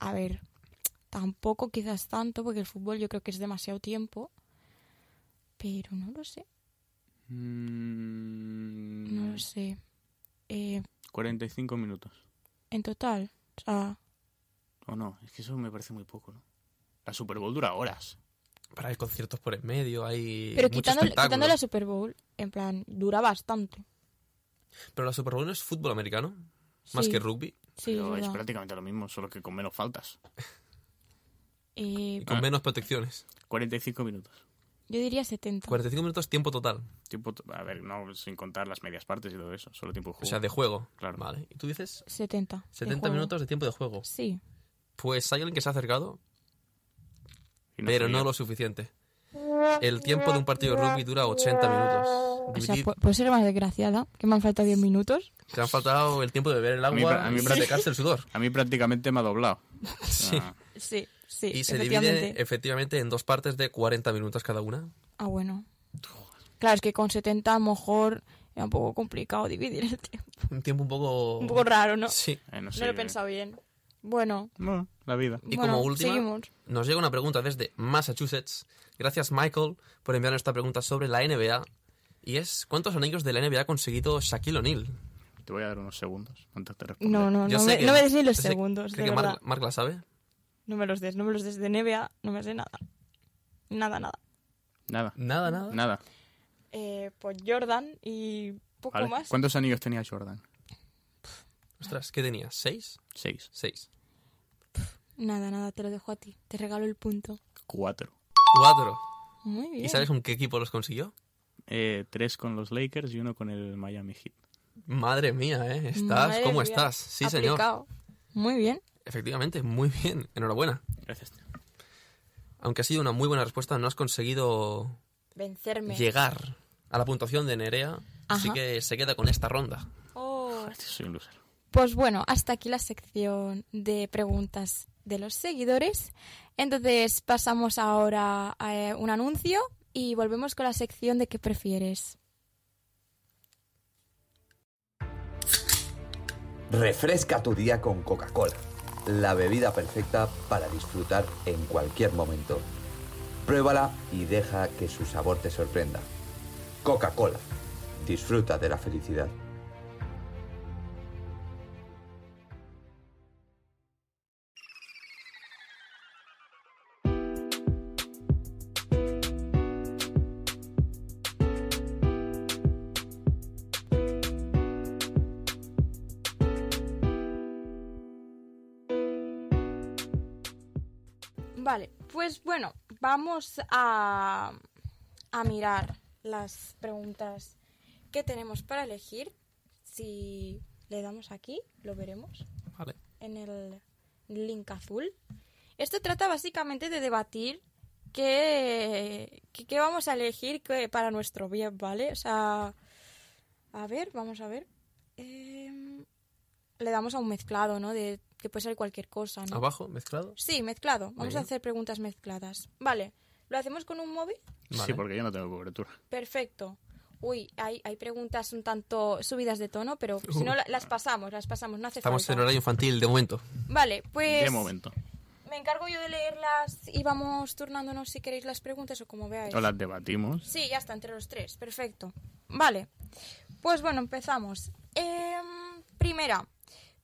a ver, tampoco quizás tanto, porque el fútbol yo creo que es demasiado tiempo. Pero no lo sé, Mm, no Mm. lo sé. Eh, 45 minutos. en total, o sea, O no, es que eso me parece muy poco, ¿no? La Super Bowl dura horas. Para hay conciertos por en medio, hay pero mucho quitando, espectáculo. quitando la Super Bowl, en plan, dura bastante. Pero la Super Bowl no es fútbol americano, más Sí, que rugby, Sí, es pero es verdad. prácticamente lo mismo, solo que con menos faltas. Eh, y con Ah. menos protecciones. 45 minutos. yo diría 70. 45 minutos tiempo total, Tiempo, t- a ver, no sin contar las medias partes y todo eso, solo tiempo de juego. o sea, de juego. Oh. Claro. Vale. ¿Y tú dices 70. de 70 juego. minutos de tiempo de juego? Sí. Pues hay alguien que se ha acercado, Y pero sabía. no lo suficiente. El tiempo de un partido de rugby dura 80 minutos. O sea, pues, Dividid- pu- puedo ser más desgraciada, que me han faltado 10 minutos. Te han faltado el tiempo de beber el mí agua pra- a mí y pra- secarse el sudor. Ah. A mí prácticamente me ha doblado. Sí. Sí, sí, Y se efectivamente. divide efectivamente en dos partes de 40 minutos cada una. Ah, bueno. Claro, es que con 70 a lo mejor era un poco complicado dividir el tiempo. Un tiempo un poco... Un poco raro, ¿no? Oh. Sí. eh, no No sé. lo he pensado bien. Bueno, Bueno, la vida. Y bueno, como última, seguimos. nos llega una pregunta desde Massachusetts. Gracias, Michael, por enviarnos esta pregunta sobre la NBA. Y es, ¿cuántos anillos de la NBA ha conseguido Shaquille O'Neal? Te voy a dar unos segundos antes de responder. No, no, Yo no sé me, que- no me des ni los yo sé- segundos, de Creo que verdad. Mark, Mark la sabe. No me los des, no me los des de NBA, no me los des nada. Nada, nada. Nada. Nada, nada. Nada. Eh, pues Jordan y poco ¿Vale? más. ¿Cuántos anillos tenía Jordan? Ostras, ¿qué tenía? ¿Seis? Seis. Seis. Nada, nada, te lo dejo a ti. Te regalo el punto. Cuatro. Cuatro. Muy bien. ¿Y sabes con qué equipo los consiguió? Eh, tres con los Lakers y uno con el Miami Heat. Madre mía, ¿eh? ¿Estás? Madre ¿Cómo mía. estás? Sí, señor. Aplicado. Muy bien. Efectivamente, muy bien. Enhorabuena. Gracias. Aunque ha sido una muy buena respuesta, no has conseguido Vencerme. llegar a la puntuación de Nerea. Así Ajá. que se queda con esta ronda. Oh. Este soy un loser. Pues bueno, hasta aquí la sección de preguntas de los seguidores. Entonces pasamos ahora a eh, un anuncio y volvemos con la sección de qué prefieres. Refresca tu día con Coca-Cola, la bebida perfecta para disfrutar en cualquier momento. Pruébala y deja que su sabor te sorprenda. Coca-Cola, disfruta de la felicidad. Vale, pues bueno, vamos a, a mirar las preguntas que tenemos para elegir. Si le damos aquí, lo veremos Vale. en el link azul. Esto trata básicamente de debatir qué, qué, qué vamos a elegir que- para nuestro bien, ¿vale? O sea, a ver, vamos a ver. Em, le damos a un mezclado, ¿no? De, que puede ser cualquier cosa, ¿no? Abajo, mezclado. Mm. Sí, mezclado. Vamos a Ah, bien. hacer preguntas mezcladas. Vale. ¿Lo hacemos con un móvil? Vale. Sí, porque yo no tengo cobertura. Perfecto. Uy, hay, hay preguntas un tanto subidas de tono, pero si no, la- las pasamos, las pasamos. No hace Estamos en falta. horario infantil de momento. Vale, pues... De momento. Me encargo yo de leerlas y vamos turnándonos si queréis las preguntas o como veáis. O las debatimos. Sí, ya está, entre los tres. Perfecto. Vale. Pues bueno, empezamos. Em, primera,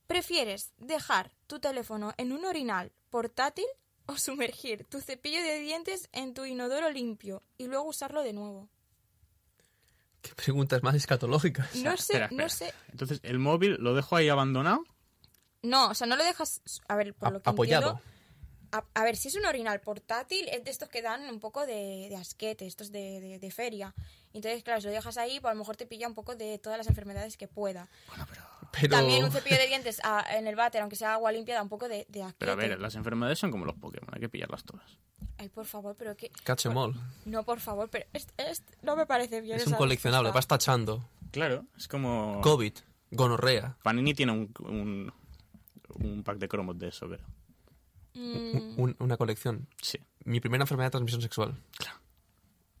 ¿prefieres dejar tu teléfono en un orinal portátil o sumergir tu cepillo de dientes en tu inodoro limpio y luego usarlo de nuevo? Qué preguntas más escatológicas. No sé, Espera, espera. no sé. Entonces, el móvil lo dejo ahí abandonado. No, o sea, no lo dejas. A ver, por A- lo que apoyado. entiendo. A, a ver, si es un orinal portátil, es de estos que dan un poco de, de asquete, estos de, de- de feria. Entonces, claro, si lo dejas ahí, pues a lo mejor te pilla un poco de todas las enfermedades que pueda. Pero... También un cepillo de dientes ah, en el váter, aunque sea agua limpia, da un poco de, de asquete. Pero a ver, las enfermedades son como los Pokémon, hay que pillarlas todas. Ay, por favor, pero que... Catch 'em all. No, por favor, pero est- est- no me parece bien Es un esa coleccionable, vas respuesta. tachando. Claro. Es como... COVID, gonorrea, Panini tiene un, un, un pack de cromos de eso, pero... Mm, un- un- una colección. Sí. Mi primera enfermedad de transmisión sexual.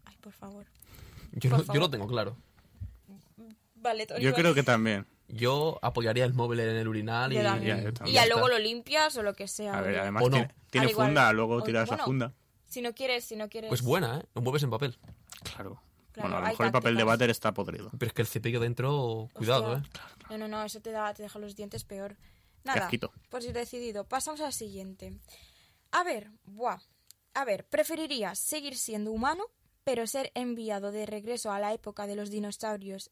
ay, por favor. Yo, Por no- yo favor. lo tengo claro. Vale, Tony, Yo vas. creo que también. Yo apoyaría el móvil en el urinal y... Yo también. Ya, yo Y también. ya está. luego lo limpias o lo que sea. A ver, oye. además O no. tiene, tiene Al igual. funda, luego O- tiras la bueno. funda. Si no quieres, si no quieres... Pues buena, ¿eh? Envuelves en papel. Claro. Claro, bueno, a lo hay mejor el papel de tácticas. váter está podrido. Pero es que el cepillo dentro, cuidado, ¿eh? Hostia. No, no, no, eso te, da, te deja los dientes peor. Nada, asquito. pues decidido. Pasamos a la siguiente. A ver, buah. A ver, ¿preferirías seguir siendo humano, pero ser enviado de regreso a la época de los dinosaurios?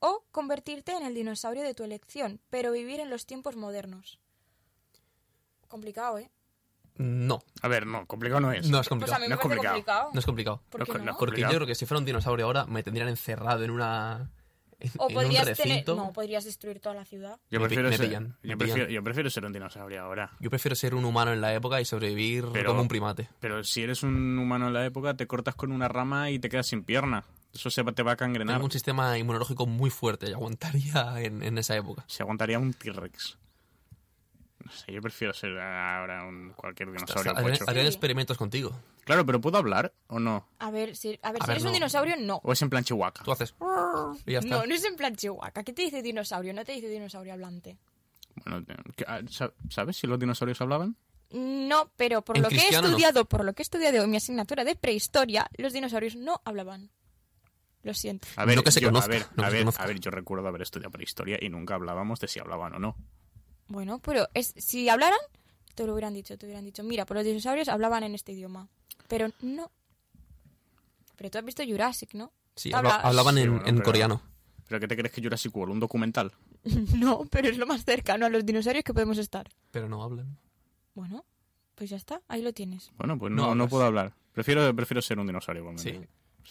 ¿O convertirte en el dinosaurio de tu elección, pero vivir en los tiempos modernos? Complicado, ¿eh? No, A ver, no, complicado no es. no Pues es a complicado. mí No me es parece complicado. complicado. No es complicado. ¿Por qué no es- no? no es Porque yo complicado. creo que si fuera un dinosaurio ahora me tendrían encerrado en una... En, O en un podrías tener... recinto. No, podrías destruir toda la ciudad. Yo Me pi- prefiero, me ser, pillan, me yo, prefiero, pillan. yo prefiero ser un dinosaurio ahora. Yo prefiero ser un humano en la época y sobrevivir Pero- como un primate. Pero si eres un humano en la época, te cortas con una rama y te quedas sin pierna. Eso se va- te va a cangrenar. Tengo un sistema inmunológico muy fuerte y aguantaría en, en esa época. Se aguantaría un T-Rex. No sé, yo prefiero ser ah, ahora un cualquier dinosaurio Harían- pocho. harían Sí. experimentos contigo. Claro, pero ¿puedo hablar o no? A ver, si, a ver, A si ver, eres un no. dinosaurio, no. ¿O es en plan Chihuahua? Tú haces... Y ya está. No, no es en plan Chihuahua. ¿Qué te dice dinosaurio? No te dice dinosaurio hablante. Bueno, ¿qué- ah, sa- ¿sabes si los dinosaurios hablaban? No, pero por En lo que he cristiano, no. estudiado, por lo que he estudiado en mi asignatura de prehistoria, los dinosaurios no hablaban. Lo siento. A ver, No que se yo, conozca, a ver, no que a, se ver conozca. a ver, yo recuerdo haber estudiado prehistoria y nunca hablábamos de si hablaban o no. Bueno, pero es, si hablaran, te lo hubieran dicho, te hubieran dicho, mira, por los dinosaurios hablaban en este idioma. Pero no. Pero tú has visto Jurassic, ¿no? Sí, Habla- habla- hablaban Sí, en, bueno, en pero- coreano. ¿Pero qué te crees que Jurassic World? ¿Un documental? no, pero es lo más cercano a los dinosaurios que podemos estar. Pero no hablan. Bueno, Pues ya está, ahí lo tienes. Bueno, pues No no, no, hablas. puedo hablar. Prefiero, prefiero ser un dinosaurio igualmente. Sí.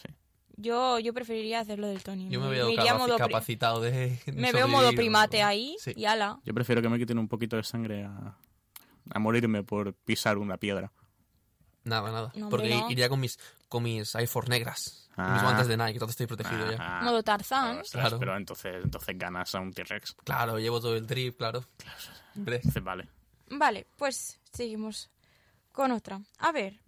Sí. Yo, yo preferiría hacerlo del Tony. Yo me Me veo iría capa- modo pri- capacitado de. de Me veo modo sobrevivir, primate ¿no? ahí Sí. y ala. Yo prefiero que me quiten un poquito de sangre a, a morirme por pisar una piedra. Nada, nada. No, hombre, Porque no. iría con mis, con mis Air Force negras. y Ah. Mis guantes de Nike, entonces estoy protegido ya. Ajá. Modo Tarzán. Ostras, Claro. Pero entonces, entonces ganas a un T-Rex. Claro, llevo todo el trip, claro. Hombre, Entonces, vale. Vale, pues seguimos con otra. A ver,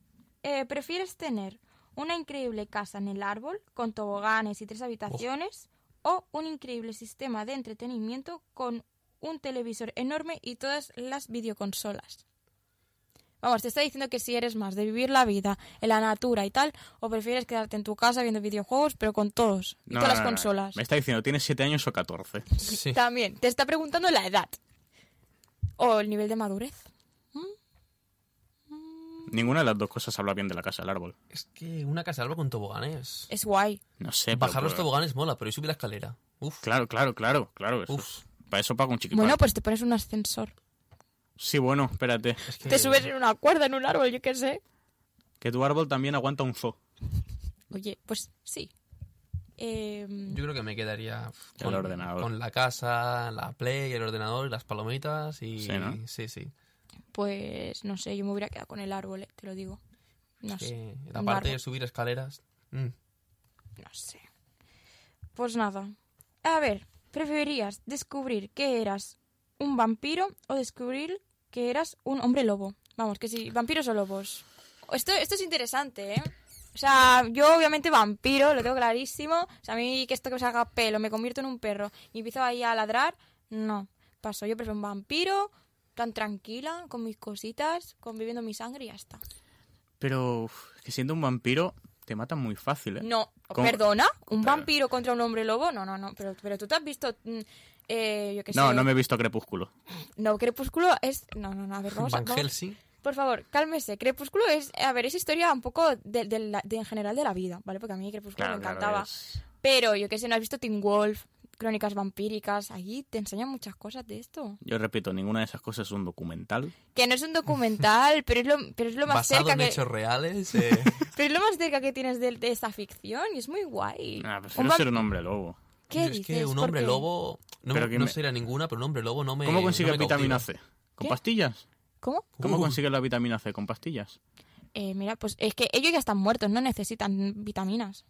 eh, ¿prefieres tener una increíble casa en el árbol con toboganes y tres habitaciones o un increíble sistema de entretenimiento con un televisor enorme y todas las videoconsolas? Vamos, te está diciendo que si eres más de vivir la vida en la natura y tal, o prefieres quedarte en tu casa viendo videojuegos, pero con todos y No, todas las no, no, no. consolas. Me está diciendo, ¿tienes 7 años o 14? Sí. También, te está preguntando la edad o el nivel de madurez. Ninguna de las dos cosas habla bien de la casa del árbol. Es que una casa alba con toboganes. Es guay. No sé. Eh, pero- Bajar los pero- toboganes mola, pero yo subí la escalera. Uf. Claro, claro, claro, claro. eso Uf. es- Para eso pago un chiquito. Bueno, pues te pones un ascensor. Sí, bueno, espérate. es que- Te subes en una cuerda, en un árbol, yo qué sé. Que tu árbol también aguanta un zoo. Oye, pues sí. Eh, Yo creo que me quedaría uf, El ordenador. con la casa, la play, el ordenador, las palomitas y Sí, ¿no? sí, sí. pues no sé, yo me hubiera quedado con el árbol, eh, te lo digo. No Es sé, que un la parte árbol. de subir escaleras. mm. no sé. Pues nada. A ver, ¿preferirías descubrir que eras un vampiro o descubrir que eras un hombre lobo? Vamos, que sí, vampiros o lobos. Esto, esto es interesante, ¿eh? O sea, yo obviamente vampiro, lo tengo clarísimo. O sea, a mí que esto que me salga pelo, me convierto en un perro y empiezo ahí a ladrar, no. Paso, yo prefiero un vampiro, tan tranquila, con mis cositas, conviviendo mi sangre y ya está. Pero uf, es que siendo un vampiro te matan muy fácil, ¿eh? No, ¿Cómo? perdona, un Claro. vampiro contra un hombre lobo, no, no, no, pero, pero tú te has visto, mm, eh, yo qué sé, No, no me he visto Crepúsculo. no, Crepúsculo es, no, no, no, a ver, vamos a, Van vamos- Helsing. por favor, cálmese, Crepúsculo es, a ver, es historia un poco de, de la- de en general de la vida, ¿vale? Porque a mí Crepúsculo Claro, me claro, encantaba, es- pero yo qué sé, no has visto Teen Wolf, Crónicas Vampíricas, allí te enseñan muchas cosas de esto, Yo repito, ninguna de esas cosas es un documental. que no es un documental, pero es lo, pero es lo más Basado cerca en que... hechos reales. eh, Pero es lo más cerca que tienes de, de esa ficción y es muy guay. Ah, Un pues prefiero vam- ser un hombre lobo. ¿Qué es que dices? un ¿Por hombre qué? lobo. No, Pero me- que no me- será ninguna, pero un hombre lobo no me. ¿Cómo no consigues me cautiva. vitamina C? ¿Con ¿Qué? pastillas? ¿Cómo? ¿Cómo Uh. consigues la vitamina C? ¿Con pastillas? Eh, mira, pues es que ellos ya están muertos, no necesitan vitaminas.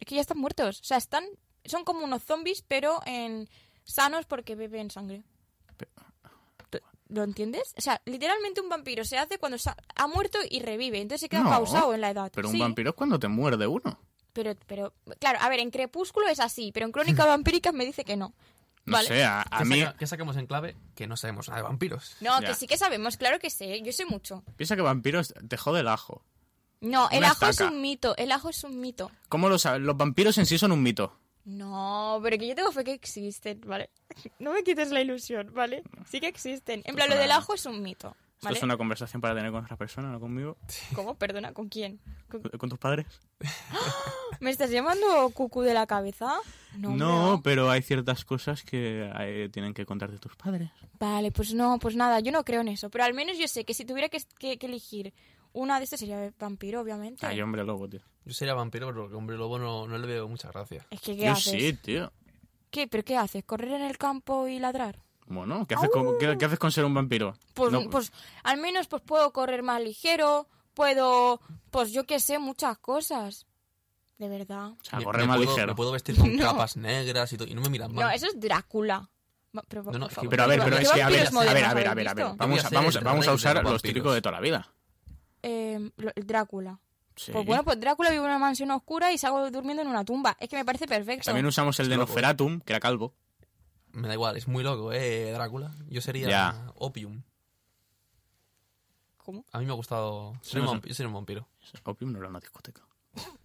Es que ya están muertos. O sea, están. Son como unos zombies, pero en sanos porque beben sangre. Pe- ¿Tú- ¿Lo entiendes? O sea, literalmente un vampiro se hace cuando sa- ha muerto y revive. Entonces se queda No, pausado en la edad. Pero Sí, un vampiro es cuando te muerde uno. Pero, pero, claro, a ver, en Crepúsculo es así, pero en Crónica Vampíricas me dice que no. No Vale. sé, a, a ¿Qué mí... saca- ¿Qué sacamos en clave? Que no sabemos nada de vampiros. No, Ya. que sí que sabemos, claro que sé, yo sé mucho. Piensa que vampiros te jode el ajo. No, el Una ajo es estaca. un mito, el ajo es un mito. ¿Cómo lo sabes? Los vampiros en sí son un mito. No, pero que yo tengo fe que existen, ¿vale? No me quites la ilusión, ¿vale? Sí que existen. En plan, lo suena- del ajo es un mito, Esto ¿vale? es una conversación para tener con otra persona, no conmigo. ¿Cómo? Perdona, ¿con quién? ¿Con- ¿Con tus padres? ¿Me estás llamando cucú de la cabeza? No, No, hombre, pero hay ciertas cosas que eh, tienen que contarte tus padres. no. Vale, pues no, pues nada, yo no creo en eso. Pero al menos yo sé que si tuviera que, que- que elegir una de estas sería el vampiro, obviamente. Ay, hombre lobo, tío. Yo sería vampiro, pero que hombre lobo no, no le veo mucha gracia. Es que, ¿qué Yo haces? sí, tío. ¿Qué? ¿Pero qué haces? ¿Correr en el campo y ladrar? Bueno, ¿qué haces, con, qué- qué haces con ser un vampiro? Pues, No, pues al menos pues puedo correr más ligero, puedo, pues yo qué sé, muchas cosas. De verdad. o sea, Me- corre me más puedo- ligero. Me puedo vestir con No. capas negras y todo. Y no me miran mal. No, eso es Drácula. Va- Pero, No, no, por favor, Pero a ver, ¿qué pero ¿Qué es que a ver, vampiros a ver, modernos a ver, a habéis ver, a ver. visto? Voy a Vamamos, a- ser vamos, a- el vamos a rey de usar los los vampiros. típicos de toda la vida. Eh, lo- el Drácula. Sí. Pues bueno, pues Drácula vive en una mansión oscura y salgo durmiendo en una tumba. Es que me parece perfecto. También usamos el de Es loco, ¿eh? Noferatum, que era calvo. Me da igual, es muy loco, eh, Drácula. Yo sería Ya. Opium. ¿Cómo? A mí me ha gustado. Sí, soy un no sé. vamp- yo sería un vampiro. Opium no era una discoteca.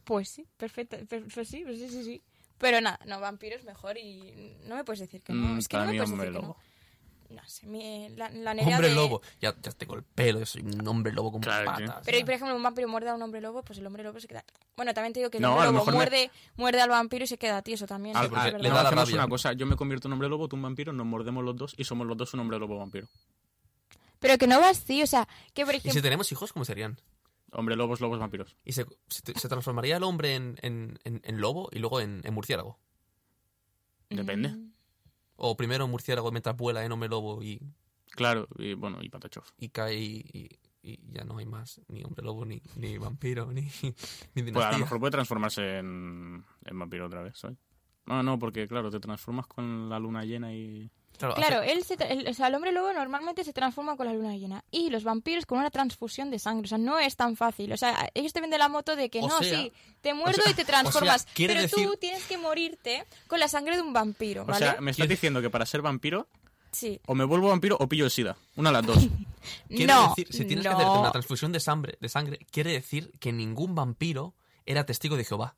Pues sí, perfecto. per- pues sí, pues sí, sí, sí. Pero nada, no, vampiro es mejor y no me puedes decir que no. Mm, es que para no me mí, puedes hombre decir que lobo. Ah, no. No sé, mi- la, la nerea Hombre de- lobo. Ya, ya tengo el pelo, yo soy un hombre lobo con Claro, tío. patas. Pero, y, ya. por ejemplo, un vampiro muerde a un hombre lobo, pues el hombre lobo se queda... Bueno, también te digo que el No, hombre a lo lobo mejor me- muerde, muerde al vampiro y se queda tieso también. Al- eso es porque a- verdad. Ah, pues, le pues, no, da la hacemos rabia. una cosa, yo me convierto en hombre lobo, tú un vampiro, nos mordemos los dos y somos los dos un hombre lobo vampiro. Pero que no va así, o sea, que por ¿Y si ejemplo... tenemos hijos, cómo serían? Hombre, lobos, lobos, vampiros. ¿Y se, se- se transformaría el hombre en, en- en- en lobo y luego en, en murciélago? Depende. Mm, ¿O primero en murciélago mientras vuela en hombre lobo y, Claro, y bueno, y Patachov. y cae y, y- y ya no hay más ni hombre lobo, ni, ni vampiro, ni, ni dinastía? Pues a lo mejor puede transformarse en, en vampiro otra vez, ¿sabes? Ah, No, no, porque claro, te transformas con la luna llena y... Claro, hace- Claro, él se tra- el, o sea, el hombre lobo normalmente se transforma con la luna llena y los vampiros con una transfusión de sangre. O sea, no es tan fácil. O sea, ellos te venden la moto de que O no, sea- sí, te muerdo sea- y te o sea, transformas. quiere pero tú decir- tienes que morirte con la sangre de un vampiro, O ¿vale? sea, me estás diciendo que para ser vampiro, sí. o me vuelvo vampiro o pillo el SIDA. Una de las dos. Quiere no, decir, si tienes no. que hacerte una transfusión de sangre, de sangre, quiere decir que ningún vampiro era testigo de Jehová.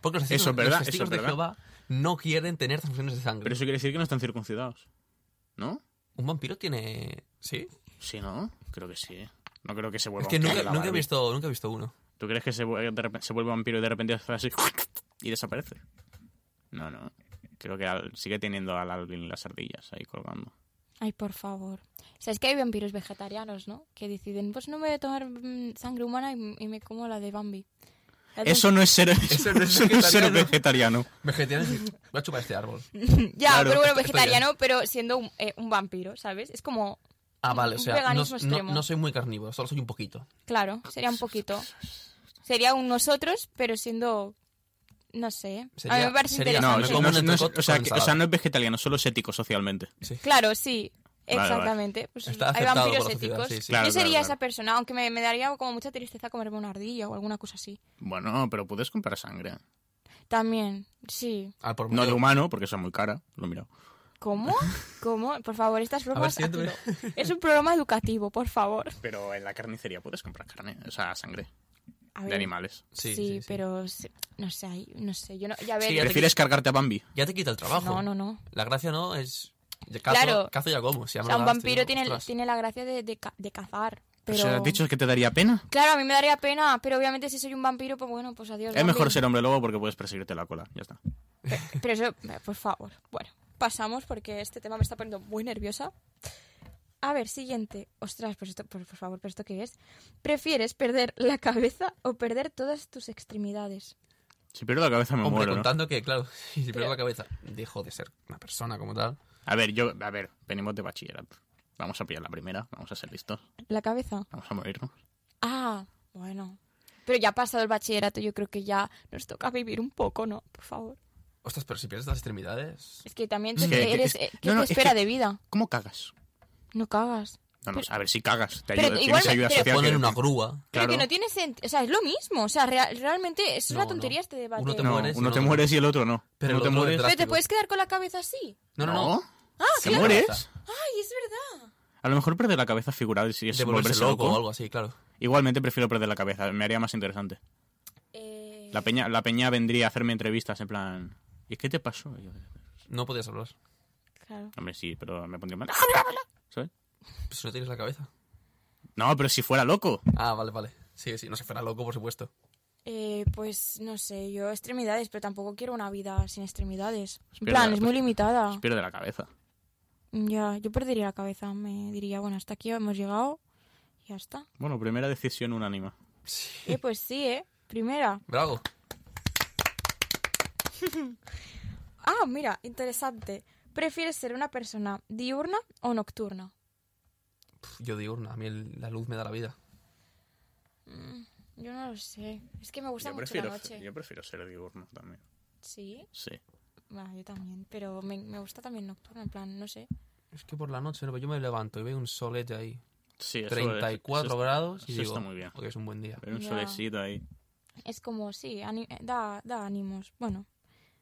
Porque los testigos, Eso es verdad, los testigos eso es verdad. de Jehová no quieren tener transfusiones de sangre. Pero eso quiere decir que no están circuncidados. ¿No? Un vampiro tiene. ¿Sí? Sí, ¿no? Creo que sí. ¿eh? No creo que se vuelva Es que vampiro nunca, de la nunca he Barbie. visto, nunca he visto uno. ¿Tú crees que se, vuel- de repente- se vuelve vampiro y de repente hace así y desaparece? No, no. Creo que al- sigue teniendo al Alvin las ardillas ahí colgando. Ay, por favor. O sea, es que hay vampiros vegetarianos, ¿no? Que deciden, pues no me voy a tomar mm, sangre humana y, y me como la de Bambi. La de- Eso no es ser, eso no es ser vegetariano. vegetariano. Vegetariano es decir, voy a chupar este árbol. ya, claro, pero bueno, esto- esto ya. vegetariano, pero siendo un, eh, un vampiro, ¿sabes? Es como, Ah, vale, o Un sea, no, veganismo no- extremo. no soy muy carnívoro, solo soy un poquito. claro, sería un poquito. Sería un nosotros, pero siendo, no sé. A mí Sería- me parece sería- No, interesante. me no, como no un es- no es- entrecot o, sea, con que- o sea, no es vegetariano, solo es ético socialmente. Claro, sí. Vale, vale. Exactamente. Pues Está hay aceptado vampiros por la sociedad, éticos. sí, sí. Claro, Yo sería claro, esa persona, aunque me, me daría como mucha tristeza comerme una ardilla o alguna cosa así. Bueno, pero puedes comprar sangre. También, sí. Ah, por No de mucho- humano, porque eso es muy cara. Lo he mirado. ¿Cómo? ¿Cómo? Por favor, estas bromas. siguiente. aquí no. Es un programa educativo, por favor. Pero en la carnicería puedes comprar carne, o sea, sangre A de ver, animales. Sí, Sí, sí, sí. pero sí, no sé, ahí- no sé, yo no, ya ver, Sí, yo- te ¿Prefieres cargarte a Bambi? Ya te quita el trabajo. no, no, no. La gracia no es. de Cazo, Claro. Cazo ya como. Si ya O me sea, lo un das, vampiro tío, tiene, ostras. Pues, tiene la gracia de, de ca- de cazar, pero O sea, ¿has dicho que te daría pena? Claro, a mí me daría pena, pero obviamente si soy un vampiro, pues bueno, pues adiós. Es mejor Bambi. ser hombre lobo porque puedes perseguirte la cola. Ya está. Pero eso, eh, por favor. Bueno, pasamos porque este tema me está poniendo muy nerviosa. A ver, siguiente. Ostras, pues esto, por, por favor, ¿pero esto qué es? ¿Prefieres perder la cabeza o perder todas tus extremidades? Si pierdo la cabeza me Hombre, muero. ¿no? contando que, claro, si pierdo Pero- la cabeza, dejo de ser una persona como tal. A ver, yo, a ver, venimos de bachillerato. Vamos a pillar la primera, vamos a ser listos, ¿La cabeza? vamos a morirnos. Ah, bueno. Pero ya ha pasado el bachillerato, yo creo que ya nos toca vivir un poco, ¿no? Por favor. Ostras, pero si pierdes las extremidades. Es que también Es te, que- eres, es- eh, ¿qué no, no, te es espera que- de vida? ¿Cómo cagas? No cagas. No, no, Pero- a ver si cagas, te Pues- pero ayuda, igual tienes me- ayuda pero- social. Ponen que- una grúa. Pero Claro. que no tiene sentido. O sea, es lo mismo. O sea, rea- realmente es una No, no. tontería este debate. Uno te No, mueres y uno el te otro- mueres y el otro no. Pero Uno el te otro es mueres. Pero te drástico. puedes quedar con la cabeza así. No, no, no. Ah, ¿Te claro. mueres? Ay, es verdad. A lo mejor perder la cabeza figurada y si es De volverse loco o loco. algo así, claro. Igualmente prefiero perder la cabeza, me haría más interesante. Eh, La peña, la peña vendría a hacerme entrevistas en plan. ¿Y qué te pasó? Y yo, No podías hablar. claro. Hombre, sí, pero me pondría mal. ¡Ah, Pues si no tienes la cabeza. No, pero si fuera loco. Ah, vale, vale. Sí, sí, no se fuera loco, por supuesto. Eh, pues no sé, yo extremidades, pero tampoco quiero una vida sin extremidades. En Espera, plan, es muy pues- limitada. Pierde la cabeza. Ya, yo perdería la cabeza. Me diría, bueno, hasta aquí hemos llegado. y Ya está. Bueno, primera decisión unánima. Eh, pues sí, ¿eh? Primera. Bravo. Ah, mira, interesante. ¿Prefieres ser una persona diurna o nocturna? Pf, Yo diurna, a mí el- la luz me da la vida. Mm, Yo no lo sé. Es que me gusta mucho la noche. yo prefiero ser diurno también. Sí, Sí. bueno, yo también. Pero me, me gusta también nocturna, en plan, no sé. Es que por la noche no, yo me levanto y veo un solete ahí. Sí, eso es- 34 eso es- grados y eso digo, está muy bien. hoy es un buen día. Hay un Ya. solecito ahí. Es como, sí, ani- eh, da, da ánimos. Bueno,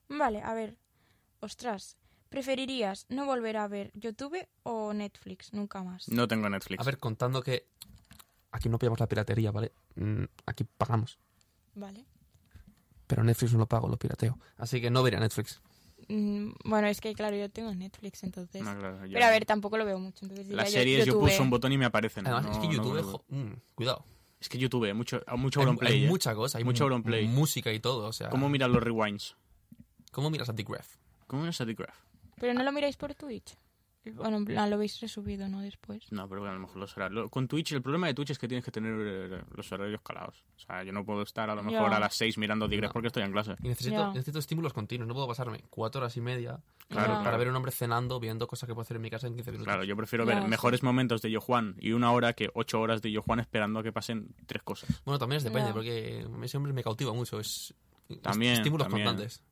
vale, a ver. Ostras, ¿preferirías no volver a ver YouTube o Netflix nunca más? No tengo Netflix. A ver, contando que aquí no pillamos la piratería, ¿vale? Mm, Aquí pagamos. Vale. Pero Netflix no lo pago, lo pirateo. Así que no vería Netflix. Mm, bueno, es que claro, yo tengo Netflix, entonces. No, claro, yo- Pero a ver, tampoco lo veo mucho. Entonces diría Las yo- series yo, YouTube. pulso un botón y me aparecen. Además, No, es que no YouTube... me- jo- mm, cuidado. es que YouTube, eh, mucho, mucho Hay, Auronplay, hay ¿eh? mucha cosa. Hay Mucho mu- Auronplay. Música y todo, o sea... ¿Cómo miran los rewinds? ¿cómo miras a The Graph? ¿Cómo miras a The Graph? Pero no lo miráis por Twitch. Bueno, en plan, lo habéis resubido, ¿no? Después. No, pero bueno, a lo mejor los horarios. lo- Con Twitch, el problema de Twitch es que tienes que tener eh, los horarios calados. O sea, yo no puedo estar a lo mejor Ya. a las 6 mirando Digres No. porque estoy en clase. Y necesito, Ya. necesito estímulos continuos. No puedo pasarme cuatro horas y media Claro, Ya. para claro. ver a un hombre cenando, viendo cosas que puedo hacer en mi casa en 15 minutos. Claro, yo prefiero Ya, ver sí. mejores momentos de Yo Juan y una hora que ocho horas de Yo Juan esperando a que pasen tres cosas. Bueno, también es depende, Ya. porque ese hombre me cautiva mucho. Es es También, estímulos también. constantes.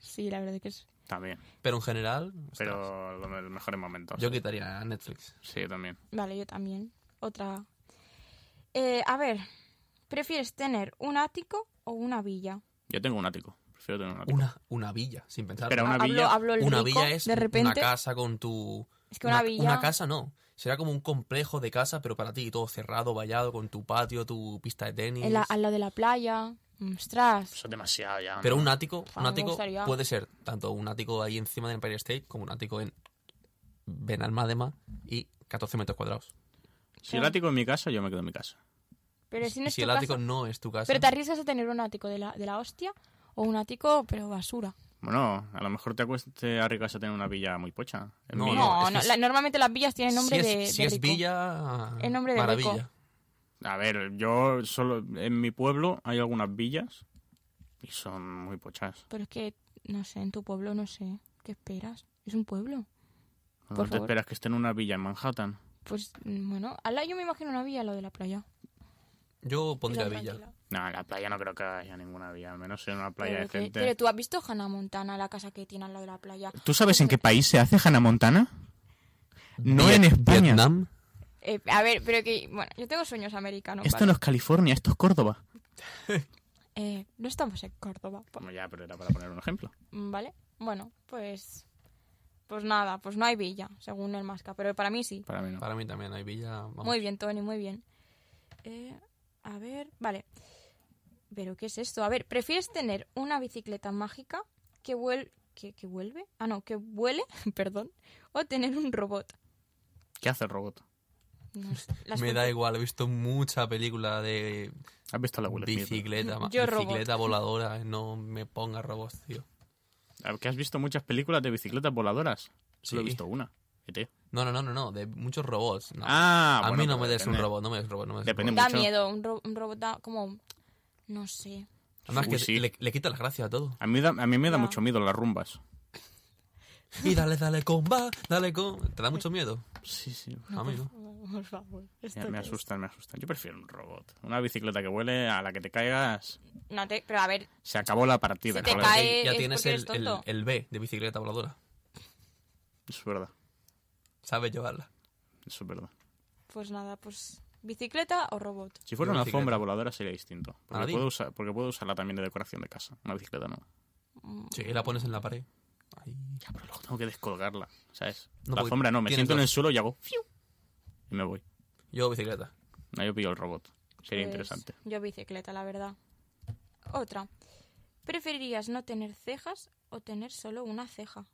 Sí, la verdad que es... También. Pero en general, ostras, Pero lo- los mejores momentos. yo quitaría Netflix. Sí, yo también. Vale, yo también. Otra. Eh, a ver, ¿prefieres tener un ático o una villa? Yo tengo un ático. Prefiero tener un ático. Una, una villa, sin pensar. Espera, una Hablo- villa- hablo el una rico, villa es de repente. una casa con tu... Es que una, villa... casa no. Será como un complejo de casa, pero para ti, todo cerrado, vallado, con tu patio, tu pista de tenis. en la- al lado de la playa. Ostras. Pues, Eso es demasiado ya. ¿no? Pero un ático, Ah, un me ático gustaría. puede ser tanto un ático ahí encima del Empire State como un ático en Benalmádena y 14 metros cuadrados. Si el ático en mi casa, yo me quedo en mi casa. Pero si no pues, Y es si tu el ático casa- no es tu casa, Pero te arriesgas a tener un ático de la, de la hostia o un ático, pero basura. Bueno, a lo mejor te, acuest- te arriesgas a tener una villa muy pocha. En No, mi- No, es que no, es- la- normalmente las villas tienen nombre si es, de, de si es rico. villa, El nombre de maravilla. rico. A ver, yo solo. En mi pueblo hay algunas villas y son muy pochas. Pero es que, no sé, en tu pueblo no sé. ¿Qué esperas? Es un pueblo. ¿No Por te favor. esperas que esté en una villa en Manhattan? Pues, mm, bueno, al lado yo me imagino una villa, lo de la playa. Yo pondría Esa villa. tranquila. No, en la playa no creo que haya ninguna villa, al menos en una playa Pero, que- decente. pero tú has visto Hannah Montana, la casa que tiene al lado de la playa. ¿Tú sabes en qué país se hace Hannah Montana? No Viet- en España. Vietnam. Eh, a ver, pero que. Bueno, yo tengo sueños americanos. Esto ¿vale? no es California, esto es Córdoba. Eh, no estamos en Córdoba, po- Bueno, ya, pero era para poner un ejemplo. mm, ¿vale? Bueno, pues. Pues nada, pues no hay villa, según el Masca, pero para mí sí. Para mí no. Para mí también hay villa. vamos. Muy bien, Tony, muy bien. Eh, a ver, vale. ¿Pero qué es esto? A ver, ¿prefieres tener una bicicleta mágica que, vuel que, que vuelve? Ah, no, que vuele, perdón, o tener un robot. ¿Qué hace el robot? No sé, las Me da cosas- igual, he visto mucha película de ¿Has visto la Will Smith? bicicleta, ma- Yo robot. bicicleta voladora. No me pongas robots, tío. Ah, ¿Que has visto muchas películas de bicicletas voladoras? Solo he Sí. visto una. ET. No, no, no, no, no, de muchos robots. no. Ah, a bueno, mí no pero me des depende. un robot, no me des robot, no me des Depende robot. Da mucho. miedo, un, ro- un robot da como... No sé. Además que Uy, sí. le, le quita las gracias a todo. A mí, da- a mí me da Ya. mucho miedo las rumbas. Y dale, dale, con, va, dale, con. ¿Te da mucho miedo? Sí, sí. A mí no. Por favor. esto me qué es. asustan, me asustan. Yo prefiero un robot. Una bicicleta que huele, a la que te caigas, No te, pero a ver, se acabó la partida. Si te joder. cae- ya Ah, eh, es tienes porque eres el, el- tonto. el B de bicicleta voladora. Es verdad, Sabes llevarla. eso es verdad. pues nada, pues bicicleta o robot. Si fuera Yo una bicicleta. alfombra voladora sería distinto. Porque Aladín. puedo, usar, porque puedo usarla también de decoración de casa. Una bicicleta no. Mm, Sí, la pones en la pared. Ahí. Ya, pero luego tengo que descolgarla, ¿sabes? No, la porque alfombra no, me tienes siento en dos. el suelo y hago... fiu, Y me voy. Yo bicicleta. No, yo pillo el robot. Sería pues, interesante. Yo bicicleta, la verdad. Otra. ¿Preferirías no tener cejas o tener solo una ceja?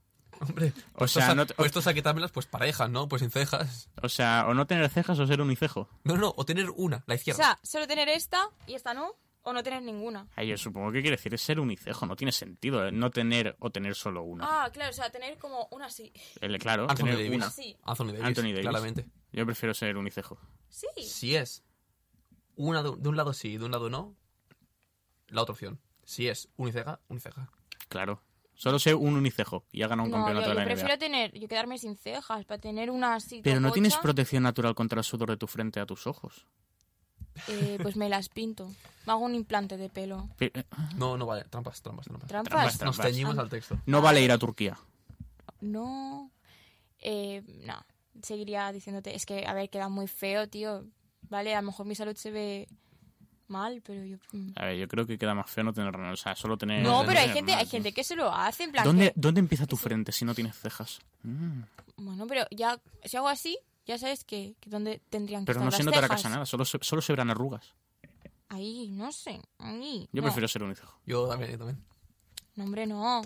Hombre, O sea, puestos a- no te- puestos a quitármelas, pues parejas, ¿no? Pues sin cejas. O sea, o no tener cejas o ser unicejo. No, no, o tener una, la O izquierda. sea, solo tener esta y esta no, o no tener ninguna. Ay, yo supongo que quiere decir es ser unicejo. No tiene sentido eh, no tener o tener solo una. Ah, claro, o sea, tener como una así. El- claro, Anthony tener Davis. una. Sí. Anthony Davis. Anthony Davis. Claramente. Yo prefiero ser unicejo. Sí. Si es una de, de un lado sí, de un lado no, la otra opción. Si es uniceja, uniceja. Claro. Solo sé un unicejo y ha ganado un No, yo, campeonato yo de la NBA. prefiero tener, yo quedarme sin cejas para tener una así. Pero no topocha, tienes protección natural contra el sudor de tu frente a tus ojos. eh, pues me las pinto. Me hago un implante de pelo. Pe- eh, No, no vale. Trampas, trampas, trampas. ¿Trampas? Trampas. Nos ceñimos al texto. Ah. No vale ir a Turquía. No. Eh, no. Seguiría diciéndote, es que, a ver, queda muy feo, tío. Vale, a lo mejor mi salud se ve mal, pero yo. mm. A ver, yo creo que queda más feo no tener nada. O sea, solo tener. No, no, pero hay tener gente, nada. hay gente que se lo hace, en plan. ¿Dónde, que- ¿Dónde empieza tu frente si no tienes cejas? Mm. bueno, pero ya, si hago así, ya sabes que, que dónde tendrían que Pero estar no las se notará cejas. casi nada, solo, se- solo se verán arrugas. Ahí, no sé. Ahí. Yo No, prefiero ser unicejo. Yo también, yo también. No, hombre, no.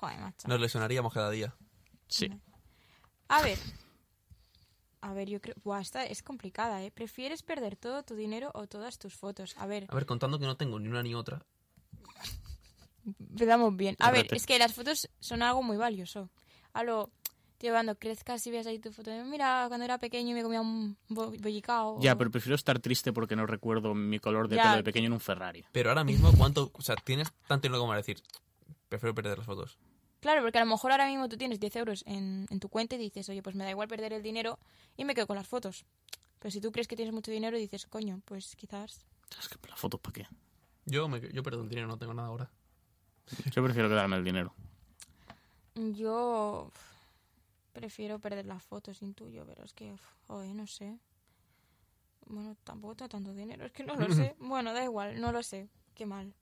Joder, macho. Nos lesionaríamos cada día. Sí. A ver. A ver, yo creo. Buah, esta es complicada, ¿eh? ¿Prefieres perder todo tu dinero o todas tus fotos? A ver. A ver, contando que no tengo ni una ni otra. Empezamos bien. A ver, Espérate. es que las fotos son algo muy valioso. A lo Tío, cuando crezcas y veas ahí tu foto, de, mira, cuando era pequeño me comía un bo- bollicao. o- Ya, pero prefiero estar triste porque no recuerdo mi color de Ya. pelo de pequeño en un Ferrari. Pero ahora mismo, ¿cuánto? O sea, tienes tanto dinero como para decir, prefiero perder las fotos. Claro, porque a lo mejor ahora mismo tú tienes 10 euros en, en tu cuenta y dices, oye, pues me da igual perder el dinero y me quedo con las fotos. Pero si tú crees que tienes mucho dinero y dices, coño, pues quizás... Es que las fotos para qué. Yo, me, yo perdo el dinero, no tengo nada ahora. Yo prefiero quedarme el dinero. Yo uf, prefiero perder las fotos sin tuyo, pero es que, uf, joder, no sé. Bueno, tampoco tengo tanto dinero, es que no lo sé. Bueno, da igual, no lo sé. Qué mal.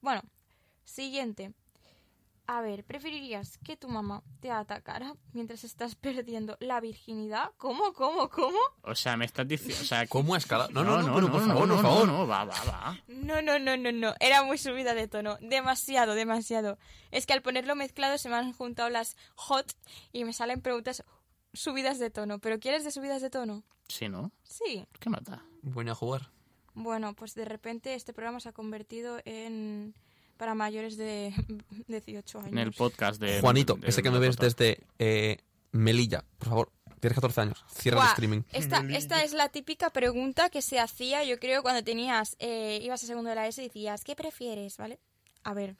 Bueno, siguiente. A ver, ¿preferirías que tu mamá te atacara mientras estás perdiendo la virginidad? ¿Cómo, cómo, cómo? O sea, me estás diciendo. O sea, ¿Cómo ha escalado? No, no, no, pero por favor, por favor. No, no, va, va, va. No, no, no, no, no. Era muy subida de tono. Demasiado, demasiado. Es que al ponerlo mezclado se me han juntado las hot y me salen preguntas subidas de tono. ¿Pero quieres de subidas de tono? Sí, ¿no? Sí. ¿Qué mata? Voy a jugar. Bueno, pues de repente este programa se ha convertido en para mayores de 18 años. En el podcast de. Juanito, de- ese que de me ves nosotros. desde eh, Melilla, por favor, tienes 14 años, cierra el Buah, streaming. Esta, esta es la típica pregunta que se hacía, yo creo, cuando tenías, eh, ibas a segundo de la S y decías, ¿qué prefieres? ¿Vale? A ver,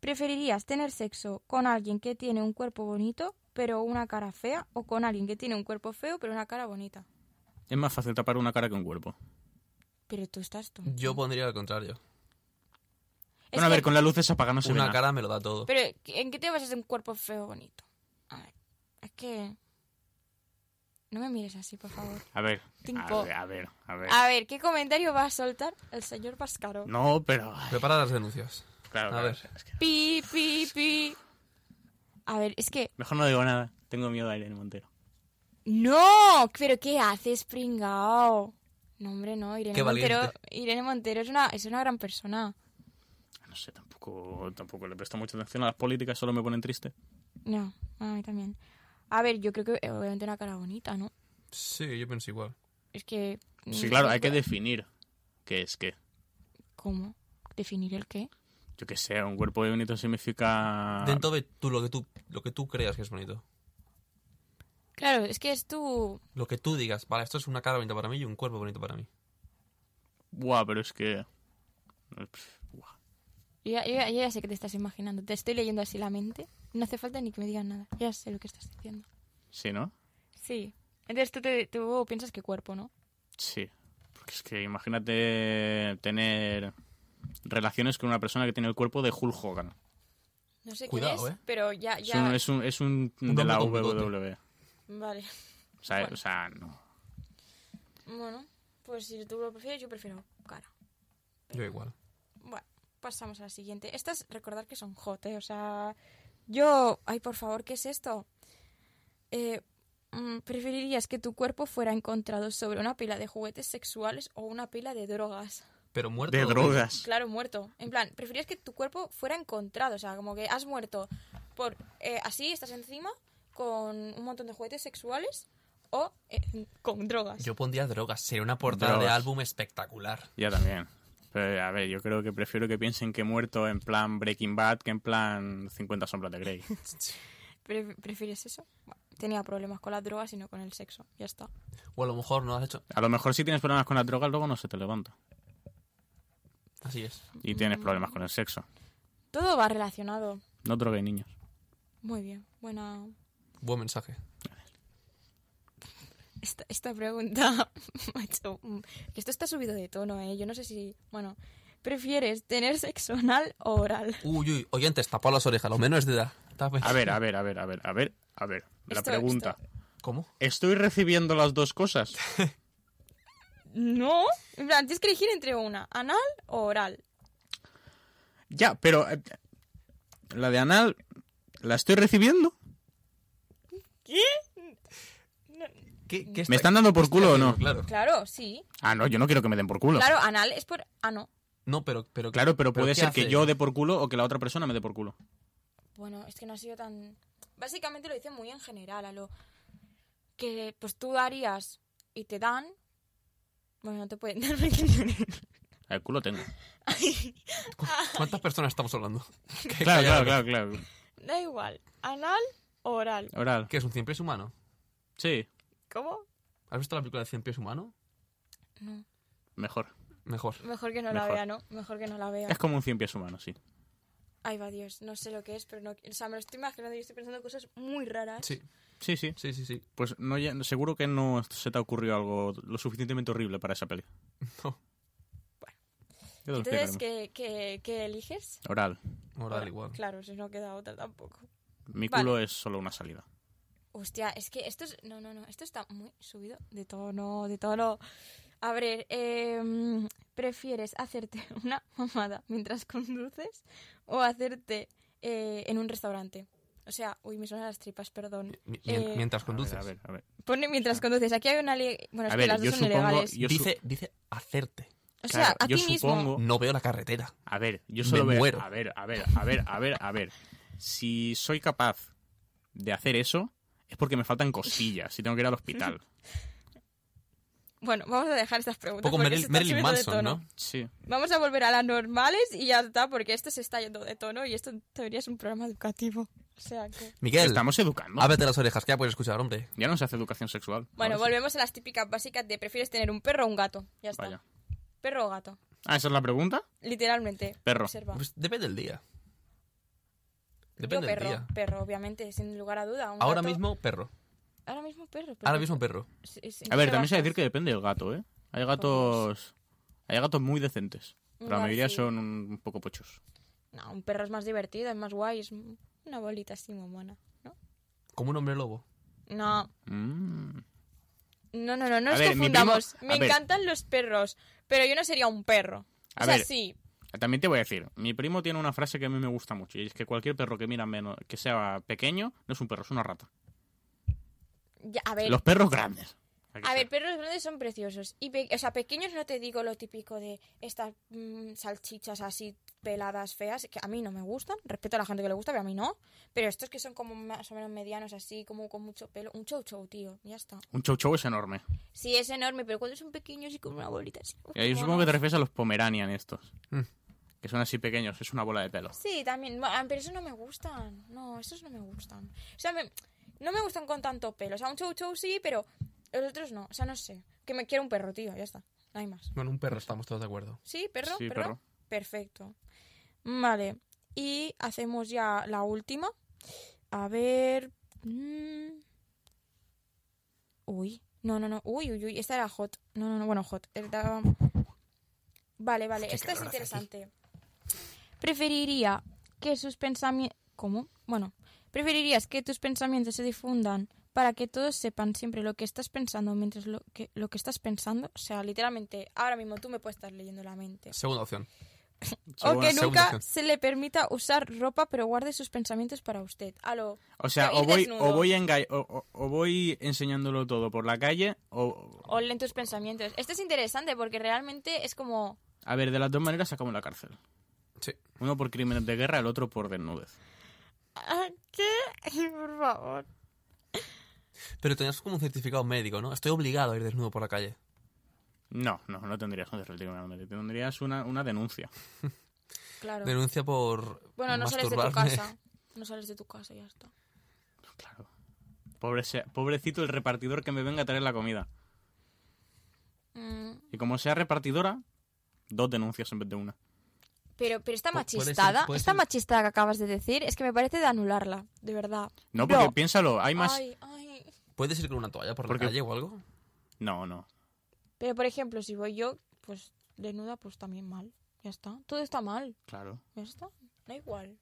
¿preferirías tener sexo con alguien que tiene un cuerpo bonito pero una cara fea o con alguien que tiene un cuerpo feo pero una cara bonita? Es más fácil tapar una cara que un cuerpo. Pero tú estás tú. Yo pondría al contrario. bueno, a ver, con las luces apagadas no se ve Una nada. cara me lo da todo. Pero, ¿en qué te basas de un cuerpo feo bonito? A ver, es que... No me mires así, por favor. A ver, a Cinco. Ah. ver, a ver, a ver. A ver, ¿qué comentario va a soltar el señor Pascaro? No, pero. Prepara las denuncias. Claro, A claro, ver. es que Pi, pi, pi. A ver, es que. Mejor no digo nada. Tengo miedo a Irene Montero. ¡No! ¿Pero qué haces, pringao? No, hombre, no. Irene, Qué valiente. Montero, Irene Montero es una, es una gran persona. Ah, No sé, tampoco, tampoco le presto mucha atención a las políticas, solo me ponen triste. No, a mí también. A ver, yo creo que eh, obviamente una cara bonita, ¿no? Sí, yo pienso igual. Ah, Es que. Sí, claro, hay que definir qué es qué. ¿Cómo? ¿Definir el qué? Yo que sé, un cuerpo bonito significa. Dentro de tú lo que tú lo que tú creas que es bonito. Claro, es que es tu. Lo que tú digas, vale, esto es una cara bonita para mí y un cuerpo bonito para mí. Buah, pero es que. Buah. Yo ya, yo ya- yo ya sé que te estás imaginando. Te estoy leyendo así la mente. No hace falta ni que me digas nada. Ya sé lo que estás diciendo. Sí, ¿no? Sí. Entonces tú, te, tú piensas que cuerpo, ¿no? Sí. Porque es que imagínate tener relaciones con una persona que tiene el cuerpo de Hulk Hogan. No sé Cuidado, quién es, ¿eh? pero ya, Es un, ya. es un, es un Un de la hombre con bigote. WWE. Vale. O sea, Bueno. o sea, no. Bueno, pues si tú lo prefieres, yo prefiero cara. Yo igual. Bueno, pasamos a la siguiente. Estas, recordar que son hot, ¿eh? O sea, yo... Ay, por favor, ¿qué es esto? Eh, mm, ¿Preferirías que tu cuerpo fuera encontrado sobre una pila de juguetes sexuales o una pila de drogas? Pero muerto. De drogas. Claro, muerto. En plan, ¿preferirías que tu cuerpo fuera encontrado? O sea, como que has muerto por... eh, así, estás encima con un montón de juguetes sexuales o eh, con drogas. Yo pondría drogas, sería una portada de Drogas. álbum espectacular. Ya también. Pero, a ver, yo creo que prefiero que piensen que he muerto en plan Breaking Bad que en plan 50 sombras de Grey. Pre- ¿Prefieres eso? Bueno, tenía problemas con las drogas y no con el sexo. Ya está. O a lo mejor no has hecho. A lo mejor si tienes problemas con las drogas, luego no se te levanta. Así es. Y tienes Mm. problemas con el sexo. Todo va relacionado. No drogues niños. Muy bien. Buena. Buen mensaje. Esta, esta pregunta. macho, mm, que Esto está subido de tono, ¿eh? Yo no sé si. Bueno. ¿Prefieres tener sexo anal o oral? Uy, uy, oyentes, tapad las orejas, lo menos de edad. Tapa- A ver, a ver, a ver, a ver, a ver, a ver. La Esto- pregunta. ¿Cómo? ¿Estoy recibiendo las dos cosas? No. En plan, tienes que elegir entre una: anal o oral. Ya, pero eh, la de anal, ¿la estoy recibiendo? ¿Qué, qué está- ¿Me están dando por culo o no? Claro. Claro, sí. Ah, no, yo no quiero que me den por culo. Claro, anal es por. Ah, no. No, pero, pero Claro, pero puede ¿qué ser hace? que yo dé por culo o que la otra persona me dé por culo. Bueno, es que no ha sido tan... Básicamente lo dice muy en general, a lo que pues tú darías y te dan... Bueno, no te pueden dar riñones. El culo tengo. ¿Cu- ¿Cuántas personas estamos hablando? Que- Claro, callado. claro, claro, claro. Da igual, anal Oral. Oral. ¿Qué es un cien pies humano? Sí, ¿Cómo? ¿Has visto la película de cien pies humano? No. mejor. Mejor. Mejor que no la Mejor. vea, ¿no? Mejor que no la vea. Es como un cien pies humano, sí. Ay, va Dios, no sé lo que es, pero no... O sea, me lo estoy imaginando y estoy pensando cosas muy raras. Sí, Sí, sí. sí, sí, sí. Pues no, ya- seguro que no se te ha ocurrido algo lo suficientemente horrible para esa peli. No. Ya te lo Entonces, explicaremos. ¿qué, qué, qué eliges? Oral. Oral igual. Claro, si no queda otra tampoco. Mi Vale. culo es solo una salida. Hostia, es que esto es... No, no, no. Esto está muy subido de tono, de tono. A ver, eh, ¿prefieres hacerte una mamada mientras conduces o hacerte eh, en un restaurante? O sea, uy, me suenan las tripas, perdón. Mi- mi- Eh, mientras A ver, conduces. a ver, a ver. Pone mientras conduces. Aquí hay una ley... Bueno, es Ah. A que ver, las yo dos son supongo- ilegales. yo su- dice, dice hacerte. O claro, sea, a yo ti mismo. supongo- No veo la carretera. A ver, yo Me solo veo. muero. A ver, a ver, a ver, a ver, a ver. Si soy capaz de hacer eso, es porque me faltan costillas y tengo que ir al hospital. Bueno, vamos a dejar estas preguntas. poco porque Meril- esto está Marilyn subiendo de Manson, tono. ¿no? Sí. Vamos a volver a las normales y ya está, porque esto se está yendo de tono y esto en teoría es un programa educativo. O sea que... Miguel, Estamos educando. ábrete las orejas, que ya puedes escuchar, hombre. Ya no se hace educación sexual. Bueno, Ahora sí. volvemos a las típicas básicas de prefieres tener un perro o un gato. Ya está. Vaya. Perro o gato. Ah, esa es la pregunta. Literalmente. Perro. Observa. Pues depende del día. Yo Depende del perro, día. perro, obviamente, sin lugar a duda. Un Ahora gato- mismo, perro. Ahora mismo perro. pero- Ahora mismo, perro. Sí, sí, A ver, observa también se ha de decir cosas. que depende del gato, ¿eh? Hay Por gatos. Hay gatos muy decentes. Pero la Igual mayoría sí. son un poco pochos. No, un perro es más divertido, es más guay, es una bolita así mamona. ¿no? Como un hombre lobo. No, Mm. No, no, no, no A nos ver, mi confundamos. primo- Me a ver. encantan los perros, pero yo no sería un perro. A o sea, ver. sí. También te voy a decir, mi primo tiene una frase que a mí me gusta mucho, y es que cualquier perro que mira menos, que sea pequeño, no es un perro, es una rata. Ya, a ver, Los perros grandes. Hay que a ver, ser. perros grandes son preciosos. Y pe- o sea, pequeños no te digo lo típico de estas mm, salchichas así peladas, feas, que a mí no me gustan. Respeto a la gente que le gusta, pero a mí no. Pero estos que son como más o menos medianos, así, como con mucho pelo. Un chow chow, tío. Ya está. Un chow chow es enorme. Sí, es enorme, pero cuando son pequeños y con una bolita así. Y ahí supongo que te refieres a los pomeranian estos. Mm. Que son así pequeños, es una bola de pelo. Sí, también. Bueno, ah, pero esos no me gustan. No, esos no me gustan. O sea, me- no me gustan con tanto pelo. O sea, un chow chow sí, pero los otros no. O sea, no sé. Que me quiero un perro, tío. Ya está. No hay más. Bueno, un perro, estamos todos de acuerdo. ¿Sí? ¿Perro? Sí, ¿Perro? perro. Perfecto. Vale. Y hacemos ya la última. A ver. mm. Uy. No, no, no. Uy, uy, uy. Esta era hot. No, no, no. Bueno, hot. Era- Vale, vale. Qué Esta es calor hace interesante. Preferiría que sus pensamientos. ¿Cómo? Bueno. ¿Preferirías que tus pensamientos se difundan para que todos sepan siempre lo que estás pensando mientras lo que, lo que estás pensando? O sea, literalmente, ahora mismo tú me puedes estar leyendo la mente. Segunda opción. O Segunda- que segunda nunca opción. se le permita usar ropa, pero guarde sus pensamientos para usted. A lo- O sea, ir o voy, desnudo. o, voy enga- o, o- o voy enseñándolo todo por la calle, o... o leen tus pensamientos. Esto es interesante porque realmente es como... A ver, de las dos maneras sacamos la cárcel. Sí. Uno por crímenes de guerra, el otro por desnudez. ¿Ah, ¿Qué? Ay, por favor. Pero tenías como un certificado médico, ¿no? Estoy obligado a ir desnudo por la calle. No, no, no tendrías un desnudez, tendrías una, una denuncia. Claro. Denuncia por Bueno, no sales de tu masturbarme. casa. No sales de tu casa, ya está. Claro. Pobre sea- pobrecito el repartidor que me venga a traer la comida. Mm, Y como sea repartidora, dos denuncias en vez de una. Pero, pero esta Pu- puede ser- machistada, puede esta ser- machistada que acabas de decir, es que me parece de anularla, de verdad. No, porque No. piénsalo, hay más... Ay, ay. ¿Puedes ir con una toalla por la Porque- calle o algo? No, no. Pero, por ejemplo, si voy yo, pues desnuda, pues también mal. Ya está. Todo está mal. Claro. Ya está. Da igual.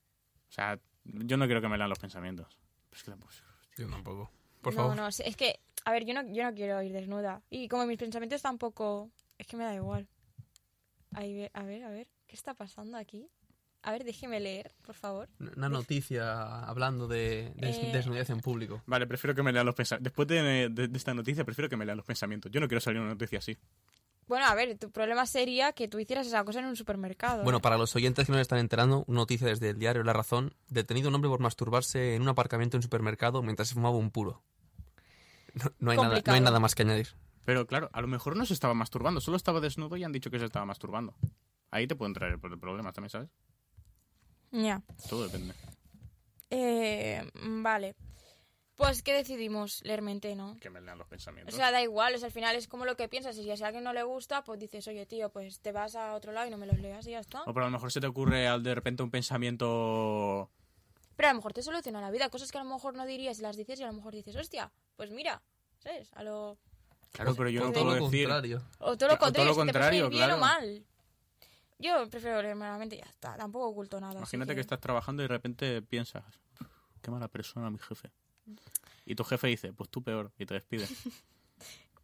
O sea, yo no quiero que me lean los pensamientos. Es que tampoco- Yo tampoco. Por no, favor. no, es que, a ver, yo no, yo no quiero ir desnuda. Y como mis pensamientos tampoco... Es que me da igual. Ahí ve- a ver, a ver, ¿qué está pasando aquí? A ver, déjeme leer, por favor. Una noticia hablando de des- Eh, desnudez en público. Vale, prefiero que me lean los pensamientos. Después de, de- de esta noticia, prefiero que me lean los pensamientos. Yo no quiero salir una noticia así. Bueno, a ver, tu problema sería que tú hicieras esa cosa en un supermercado. ¿eh? Bueno, para los oyentes que no se están enterando, una noticia desde el diario La Razón. Detenido un hombre por masturbarse en un aparcamiento de un supermercado mientras se fumaba un puro. No, no hay, nada, no hay Complicado. nada más que añadir. Pero claro, a lo mejor no se estaba masturbando, solo estaba desnudo y han dicho que se estaba masturbando. Ahí te pueden traer problemas también, ¿sabes? Ya. Todo depende. Eh, vale. Pues que decidimos leer mente, ¿no? Que me lean los O pensamientos. sea, da igual, o sea, al final es como lo que piensas. Y si a alguien no le gusta, pues dices, oye, tío, pues te vas a otro lado y no me los leas y ya está. o pero a lo mejor se te ocurre al de repente un pensamiento... Pero a lo mejor te soluciona la vida, cosas que a lo mejor no dirías y las dices y a lo mejor dices, hostia, pues mira, ¿sabes? A lo... Claro, pero yo no Con puedo todo lo decir. contrario. O todo lo O todo contrario, lo si te puede ir contrario, bien claro. o mal. Yo prefiero leerme la mente y ya está, tampoco oculto nada. así Imagínate que estás trabajando y de repente piensas, qué mala persona mi jefe. Y tu jefe dice, pues tú peor, y te despide.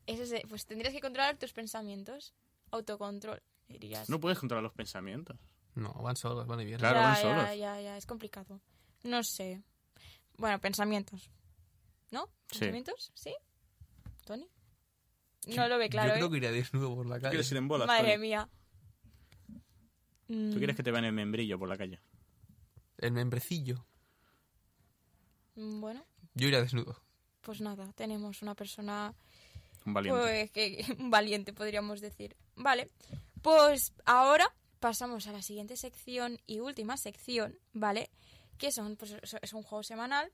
Eso es de- pues tendrías que controlar tus pensamientos, autocontrol, dirías. No puedes controlar los pensamientos. No, van solos, van y vienen. Claro. ya, van ya, solos. Ya, ya, es complicado. No sé. Bueno, pensamientos. ¿No? Sí. ¿Pensamientos? ¿Sí? ¿Tony? No lo ve claro, Yo creo ¿eh? que iría desnudo por la ¿Tú calle. quieres ir en bolas? Madre Tony? mía. ¿Tú quieres que te vean el membrillo por la calle? El membrecillo. Mm, Bueno, Yo iría desnudo. pues nada, tenemos una persona Un valiente. Pues que un valiente, podríamos decir. Vale, pues ahora pasamos a la siguiente sección y última sección, ¿vale? Que son, pues, so- es un juego semanal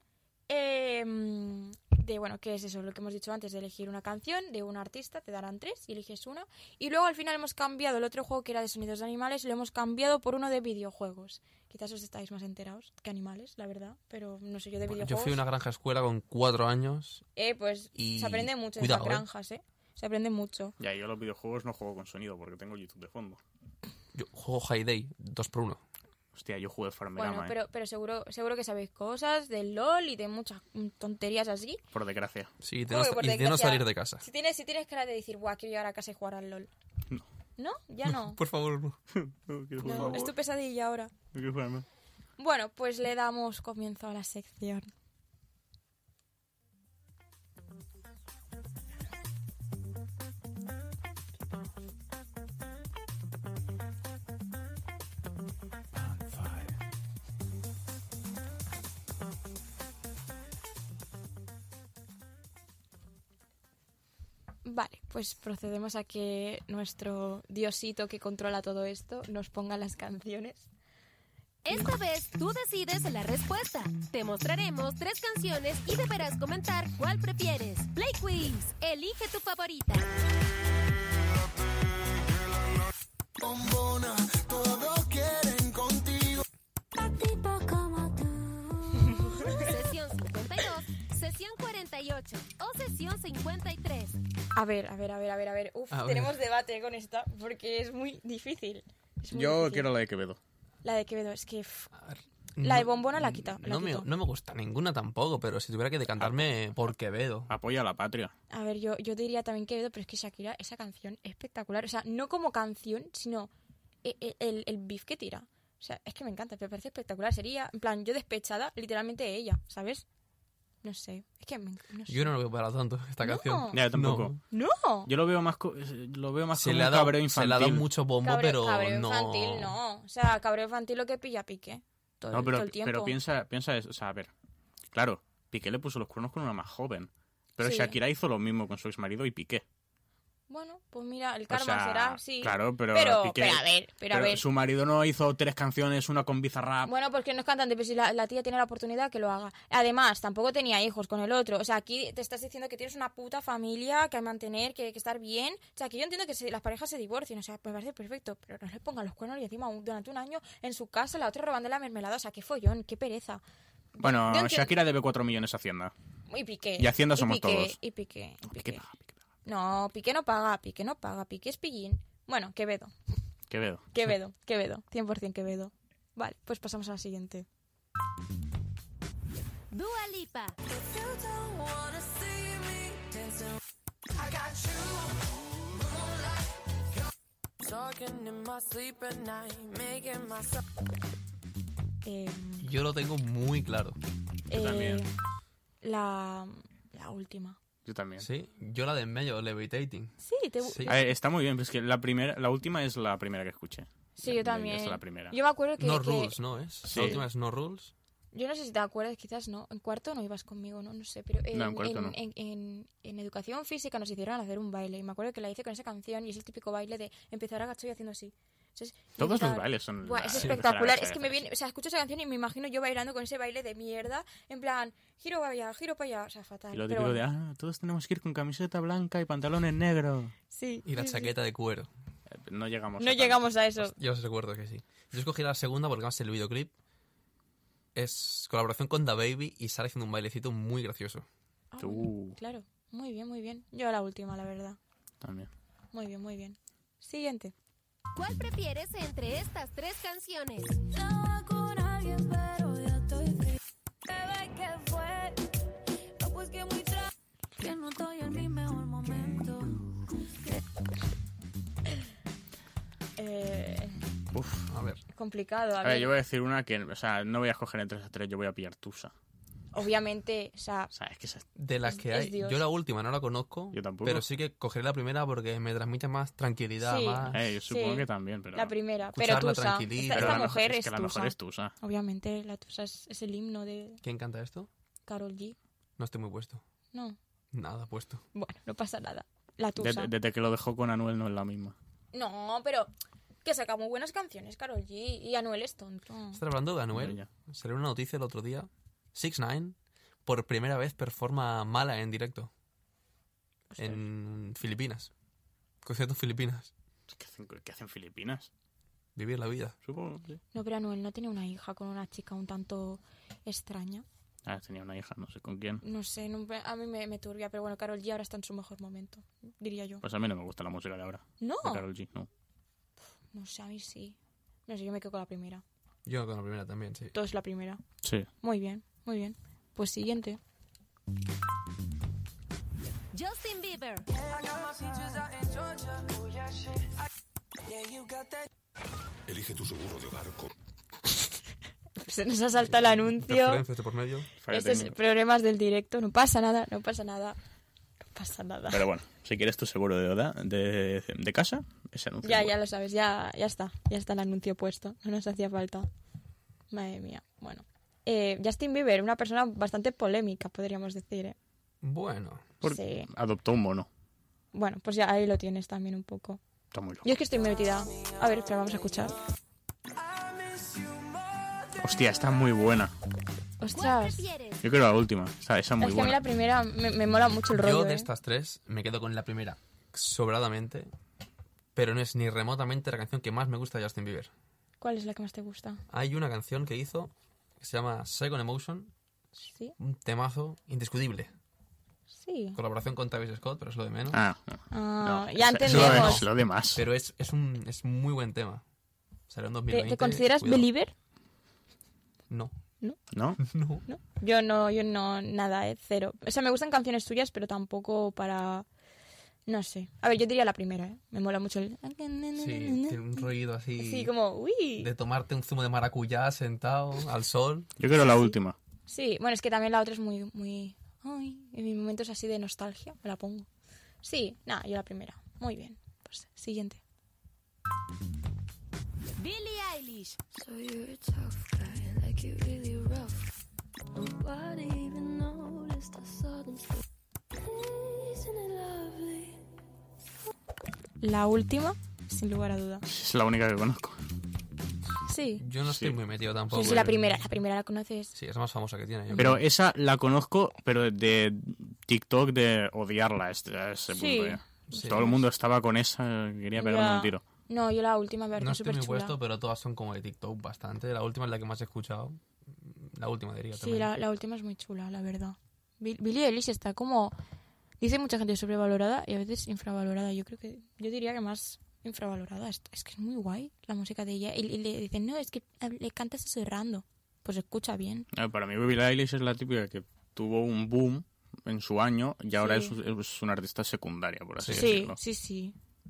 eh, de, bueno, ¿qué es eso? Lo que hemos dicho antes, de elegir una canción de un artista, te darán tres y eliges una. Y luego al final hemos cambiado el otro juego que era de sonidos de animales, lo hemos cambiado por uno de videojuegos. Quizás os estáis más enterados que animales, la verdad, pero no sé, yo de Bueno, videojuegos... yo fui a una granja escuela con cuatro años. Eh, pues Y se aprende mucho en cuidado, estas ¿eh? granjas, ¿eh? Se aprende mucho. Ya, yo los videojuegos no juego con sonido porque tengo YouTube de fondo. Yo juego High Day, dos por uno. Hostia, yo jugué Farmerama, Bueno, eh, pero, pero seguro, seguro que sabéis cosas del LOL y de muchas mm, tonterías así. por desgracia. Sí, de Uy, no, por y de no desgracia. salir de casa. Si tienes, si tienes cara de decir, guau, quiero llegar a casa y jugar al LOL. No. ¿No? Ya no. Por favor, no. No, quiero Pues No, jugar más. es tu pesadilla ahora. No quiero jugar más. Bueno, pues le damos comienzo a la sección. Vale, pues procedemos a que nuestro diosito que controla todo esto nos ponga las canciones. Esta vez tú decides la respuesta. Te mostraremos tres canciones y deberás comentar cuál prefieres. Play Quiz, elige tu favorita. Sesión 52, sesión 48 o sesión 53. A ver, a ver, a ver, a ver, a ver. Uf, A ver. tenemos debate con esta porque es muy difícil. Es muy Yo difícil. quiero la de Quevedo. La de Quevedo, es que. pff, A ver, La de no- Bombona la quita. la no, me, quito. no me gusta ninguna tampoco, pero si tuviera que Ah. decantarme por Quevedo. Apoya a la patria. A ver, yo, yo diría también Quevedo, pero es que Shakira, esa canción es espectacular. O sea, no como canción, sino e- e- el, el, beef que tira. O sea, es que me encanta, me parece espectacular. Sería, en plan, yo despechada, literalmente ella, ¿sabes? No sé. Es que me. No. Sé. Yo no lo veo para tanto, esta No. canción. Ya, yo tampoco. No. ¡No! Yo lo veo más, co- eh, lo veo más Se como le, ha un dado, cabreo se infantil. le ha dado mucho bombo, Cabre- pero cabreo no. infantil, no. O sea, cabreo infantil lo que pilla pique. Todo, No, el- pero, todo el tiempo. pero piensa, piensa eso. O sea, a ver. Claro, Piqué le puso los cuernos con una más joven. Pero Sí. Shakira hizo lo mismo con su exmarido y Piqué. Bueno, pues mira, el O karma sea, será, sí. Claro, pero, pero, Piqué- pero a ver, pero, a pero ver. su marido no hizo tres canciones, una con Bizarrap. Bueno, porque no es cantante, pero si la, la tía tiene la oportunidad que lo haga. Además, tampoco tenía hijos con el otro. O sea, aquí te estás diciendo que tienes una puta familia que mantener, que, que estar bien. O sea, que yo entiendo que se- las parejas se divorcien, o sea, me parece perfecto, pero no le pongan los cuernos y encima un- durante un año en su casa la otra robando la mermelada. O sea, qué follón, qué pereza. Bueno, yo entiendo- Shakira debe 4 millones a Hacienda. Y Piqué. Y Hacienda somos Piqué, todos. Y Piqué, y Piqué Piqué. paga, Piqué paga. No, Piqué no paga, Piqué no paga, Piqué es pillín. Bueno, Quevedo. Quevedo. Quevedo, Quevedo, 100% Quevedo. Vale, pues pasamos a la siguiente. Dua Lipa. Eh, Yo lo tengo muy claro. eh, también. La, la última. Yo también. Sí, yo la de en medio, Levitating. Sí, te, Sí. A ver, está muy bien, pero es que la, primera, la última es la primera que escuché. sí, La- yo también. Es la primera. Yo me acuerdo que, No que- Rules, ¿no es? Sí. La última es No Rules. yo no sé si te acuerdas, quizás no. En cuarto no ibas conmigo, no, no sé, pero en, No, en cuarto no. en- en- en educación física nos hicieron hacer un baile y me acuerdo que la hice con esa canción y es el típico baile de empezar a gacho y haciendo así. Entonces, Todos yo los estaba- bailes son. Buah, la- es la espectacular. cabeza Es que me de viene, o sea, escucho esa canción y me imagino yo bailando con ese baile de mierda, en plan, giro para allá, giro para allá, o sea, fatal. Y lo pero típico de, bueno, ah, todos tenemos que ir con camiseta blanca y pantalones negros. Sí. Y la sí, sí. chaqueta de cuero. Eh, No llegamos. a No tanto. llegamos a eso. Yo os recuerdo que sí. Yo escogí la segunda porque más el videoclip es colaboración con Da Baby y sale haciendo un bailecito muy gracioso. Ah, bueno, Tú claro. Muy bien, muy bien. Yo la última, la verdad. también. Muy bien, muy bien. Siguiente. ¿Cuál prefieres entre estas tres canciones? Estaba con alguien, pero ya estoy free. Bebé, ¿qué fue? No, pues que muy tra... Que no estoy en mi mejor momento. Eh, Uf. A ver. complicado. A, A ver, ver, yo voy a decir una que, o sea, no voy a escoger entre esas tres, yo voy a pillar Tusa. obviamente, o sea, O sea, es que esa- De las que Es hay, Dios. yo la última no la conozco, Yo tampoco. pero sí que cogeré la primera porque me transmite más tranquilidad, Sí. más... eh, yo Sí. supongo que también, pero. la primera. Pero Escucharla Tusa. tranquilita. Esta, pero esta la mejor- mujer es que la mejor Tusa. es Tusa. Obviamente, la Tusa es, es el himno de ¿Quién canta esto? Carol G. No estoy muy puesto. No. Nada puesto. Bueno, no pasa nada. La Tusa. Desde, desde que lo dejó con Anuel no es la misma. No, pero que saca muy buenas canciones, Carol G. Y Anuel es tonto. Mm. Estar hablando de Anuel. Ya. Salió una noticia el otro día. 6 9 por primera vez performa mala en directo. En Filipinas. Concierto en Filipinas. ¿Qué hacen, qué hacen Filipinas? Vivir la vida. Supongo, sí. No, pero Anuel no tenía una hija con una chica un tanto extraña. Ah, tenía una hija, no sé con quién. No sé, no- a mí me, me turbia, pero bueno, Carol G ahora está en su mejor momento, diría yo. Pues a mí no me gusta la música de ahora. No, De Karol G, no. no sé, a mí sí. No sé, yo me quedo con la primera. Yo con la primera también, sí. Todo es la primera. Sí. Muy bien, muy bien. Pues siguiente. Justin Bieber, Elige tu seguro de hogar con... Se nos ha saltado el anuncio. Referencias de por medio. Falla Estos técnica. Este problemas del directo, no pasa nada, no pasa nada. No pasa nada. Pero bueno, si quieres tu seguro de, Oda, de, de casa, ese anuncio. Ya, es ya bueno. lo sabes, ya, ya está. Ya está el anuncio puesto. No nos hacía falta. Madre mía. Bueno. Eh, Justin Bieber, una persona bastante polémica, podríamos decir. ¿eh? Bueno. Por- Sí. Adoptó un mono. Bueno, pues ya ahí lo tienes también un poco. Está muy loco. Yo es que estoy metida. A ver, espera, vamos a escuchar. Hostia, está muy buena. ¿cuál Ostras. prefieres? Yo creo la última. Está, esa muy Es que a mí buena. la primera me, me mola mucho el rollo. Yo de ¿eh? estas tres me quedo con la primera. Sobradamente. Pero no es ni remotamente la canción que más me gusta de Justin Bieber. ¿Cuál es la que más te gusta? Hay una canción que hizo que se llama Second Emotion. Sí, Un temazo indiscutible. sí. Colaboración con Travis Scott, pero es lo de menos. Ah, no. Ah, No, ya esa- eso entendemos. Es lo demás. Pero es, es un es muy buen tema. Salió en ¿Te, 2020. te consideras cuidado. believer? No. ¿No? No. ¿No? Yo no, yo no, nada, eh, cero. O sea, me gustan canciones suyas, pero tampoco para. No sé. A ver, yo diría la primera, ¿eh? Me mola mucho el. Sí, tiene un ruido así. Sí, como, uy. De tomarte un zumo de maracuyá sentado al sol. Yo creo la última. Sí, bueno, es que también la otra es muy. muy... Ay, en mis momentos así de nostalgia, me la pongo. Sí, nada, yo la primera. Muy bien. Pues siguiente. Billie Eilish, So you're a tough guy, like you're really rough. Nobody even noticed I saw them. Isn't it lovely? La última, sin lugar a duda. Es la única que conozco. Sí. Yo no estoy Sí. muy metido tampoco. Sí, sí, la primera, la primera la conoces. Sí, es la más famosa que tiene. yo Pero creo. esa la conozco, pero de TikTok de odiarla a este- a ese Sí. punto. ya. Sí. Todo el mundo estaba con esa, quería pegarme Ya. un tiro. No, yo la última me no parece estoy súper muy chula. puesto, pero todas son como de TikTok bastante. La última es la que más he escuchado. La última diría Sí, también. la, la última es muy chula, la verdad. Bill- Billie Eilish está como... Dice mucha gente sobrevalorada y a veces infravalorada. Yo creo que... Yo diría que más infravalorada. Es, es que es muy guay la música de ella. Y, y le dicen, no, es que eh, le canta susurrando. Pues escucha bien. Ah, Para mí Billie Eilish es la típica que tuvo un boom en su año y ahora Sí. es, es una artista secundaria, por así Sí, sí, decirlo. sí.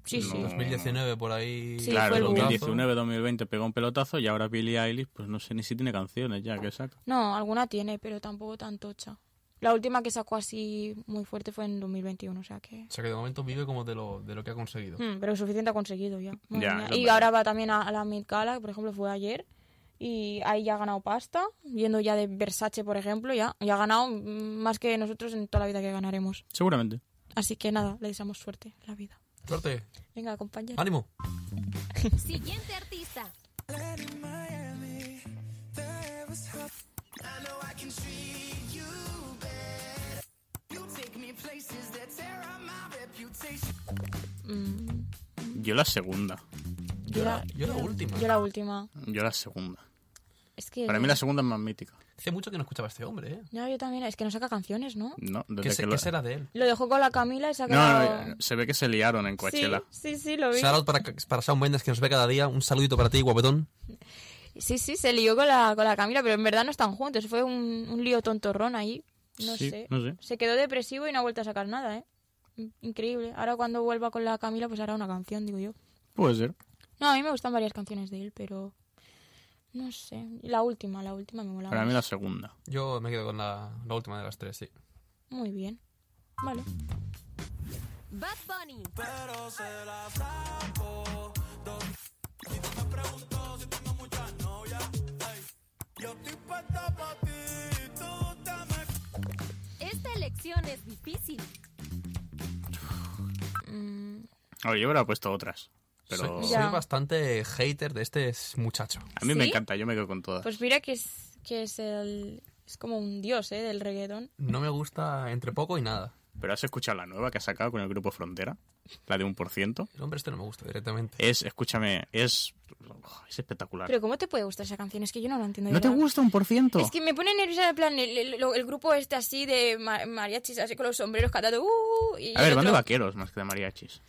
Sí, sí. No. 2019 por ahí. Sí, Claro, fue el boom. 2019, 2020 pegó un pelotazo y ahora Billie Eilish, pues no sé ni si tiene canciones ya que saca. No, alguna tiene, pero tampoco tan tocha. La última que sacó así muy fuerte fue en 2021, o sea que... O sea que de momento vive como de lo, de lo que ha conseguido. Mm, pero suficiente ha conseguido ya. Madre Ya, mía. eso es y verdad. ahora va también a, a la Mid Gala, que por ejemplo fue ayer. Y ahí ya ha ganado pasta. Yendo ya de Versace, por ejemplo, ya, ya ha ganado mm, más que nosotros en toda la vida que ganaremos. Seguramente. Así que nada, le deseamos suerte en la vida. Suerte. Venga, compañero. Ánimo. Siguiente artista. Mm, Yo la segunda. yo, la, Yo la última. yo la última. Yo la segunda. Es que. Para mí la segunda es más mítica. Hace mucho que no escuchaba a este hombre, ¿eh? No, yo también. Es que no saca canciones, ¿no? No, desde ¿Qué, se- que qué lo- será de él? Lo dejó con la Camila y saca. No, no, no, se ve que se liaron en Coachella. Sí, sí, sí, lo vi. Shoutout para, para Shawn Mendes que nos ve cada día. Un saludito para ti, guapetón. Sí, sí, se lió con la, con la Camila, pero en verdad no están juntos. Fue un, un lío tontorrón ahí. No Sí, sé. no sé. Se quedó depresivo y no ha vuelto a sacar nada, ¿eh? In- Increíble. Ahora cuando vuelva con la Camila, pues hará una canción, digo yo. Puede ser. No, a mí me gustan varias canciones de él, pero. No sé. La última, la última me mola. Para más. mí la segunda. Yo me quedo con la, la última de las tres, sí. Muy bien. Vale. Bad Bunny. Esta elección es difícil. Mm, A ver, yo hubiera puesto otras. Pero Soy, Ya. soy bastante hater de este muchacho. a mí me ¿Sí? encanta, yo me quedo con todas. pues mira que es, que es el. Es como un dios, ¿eh? Del reggaetón. No me gusta entre poco y nada. Pero has escuchado la nueva que ha sacado con el grupo Frontera, la de 1%. El hombre este no me gusta directamente. Es, escúchame, es, oh, es espectacular. Pero ¿cómo te puede gustar esa canción? Es que yo no la entiendo. ¿No de te verdad. gusta 1%? Es que me pone nerviosa en plan el, el- lo- el grupo este así de ma- mariachis, así con los sombreros cantando. "Uh", y A ver, el van de otro- vaqueros más que de mariachis.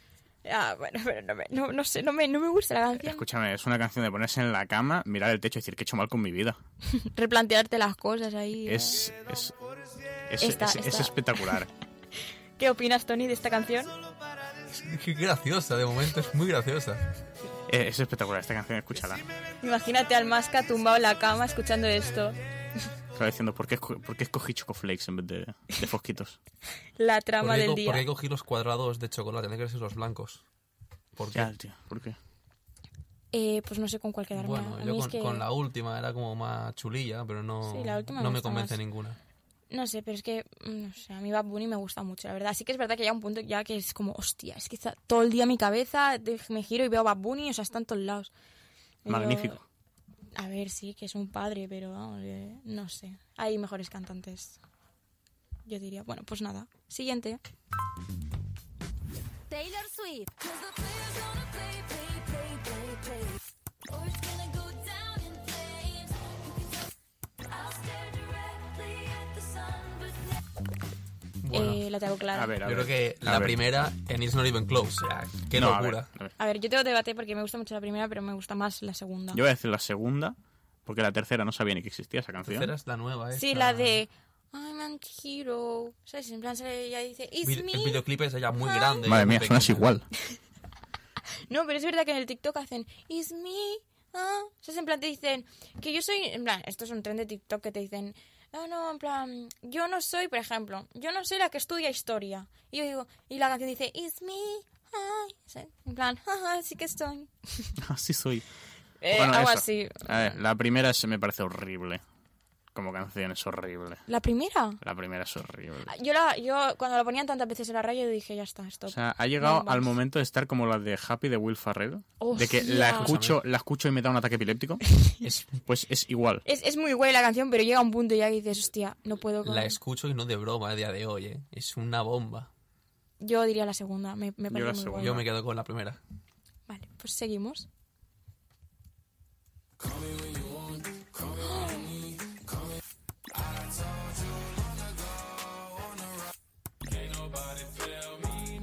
Ah, bueno, pero no, me- no, no sé, no me, no me gusta la canción. Escúchame, es una canción de ponerse en la cama, mirar el techo y decir que he hecho mal con mi vida. Replantearte las cosas ahí. ¿eh? Es, es, es, Esta, es- es esta. espectacular. ¿Qué opinas, Tony, de esta canción? Qué graciosa, de momento es muy graciosa. Eh, es espectacular esta canción, escúchala. Imagínate al Masca tumbado en la cama escuchando esto. Estaba diciendo, ¿por qué, esco- por qué escogí Choco Flakes en vez de, de Fosquitos? La ¿Por trama qué del co- por día. qué cogí los cuadrados de chocolate? Tendrían que ser los blancos. ¿Por qué? Ya, tío, ¿por qué? Eh, pues no sé con cuál quedarme. Bueno, A mí yo es con, que- con la última era como más chulilla, pero no, Sí, la última me no me gusta convence más. ninguna. No sé, pero es que, mm, no sé, a mí Bad Bunny me gusta mucho, la verdad. Sí que es verdad que llega un punto ya que es como, hostia, es que está todo el día en mi cabeza, de- me giro y veo Bad Bunny, o sea, está en todos lados. Pero- Magnífico. A ver, sí, que es un padre, pero vamos, eh, no sé. Hay mejores cantantes. Yo diría, bueno, pues nada. Siguiente. Taylor Swift. Bueno, Eh, la tengo clara. A ver, a yo ver. creo que a la ver. primera en It's Not Even Close. o sea, qué No, a ver, locura. a ver. A ver, yo tengo debate porque me gusta mucho la primera, pero me gusta más la segunda. Yo voy a decir la segunda, porque la tercera no sabía ni que existía esa La canción. tercera es la nueva, ¿eh? Sí, la de I'm a hero. ¿Sabes? En plan, sale- ella dice, It's El me. videoclip es ella muy grande. Madre y mía, muy suenas pequeña. igual. No, pero es verdad que en el TikTok hacen It's me. Ah. ¿Sabes? En plan te dicen que yo soy. En plan, esto es un tren de TikTok que te dicen. No, no, en plan, yo no soy, por ejemplo, yo no soy la que estudia historia. Y yo digo, y la canción dice, It's me. Ay. ¿sabes? En plan, jaja, sí que estoy. Así soy. Eh, Bueno, algo eso. así. A ver, la primera se me parece horrible. Como canción es horrible. ¿La primera? La primera es horrible. Yo, la, yo cuando la ponían tantas veces en la radio dije, ya está, esto. O sea, ha llegado No, al vas. momento de estar como la de Happy de Will Ferrell. De que la Hostia. escucho, la escucho y me da un ataque epiléptico. Es- Pues es igual. es, es muy guay la canción, pero llega un punto ya que dices, hostia, no puedo. con- la escucho y no de broma a día de hoy, ¿eh? Es una bomba. Yo diría la segunda, me, me Yo parece la muy segunda. guay. Yo me quedo con la primera. Vale, pues seguimos.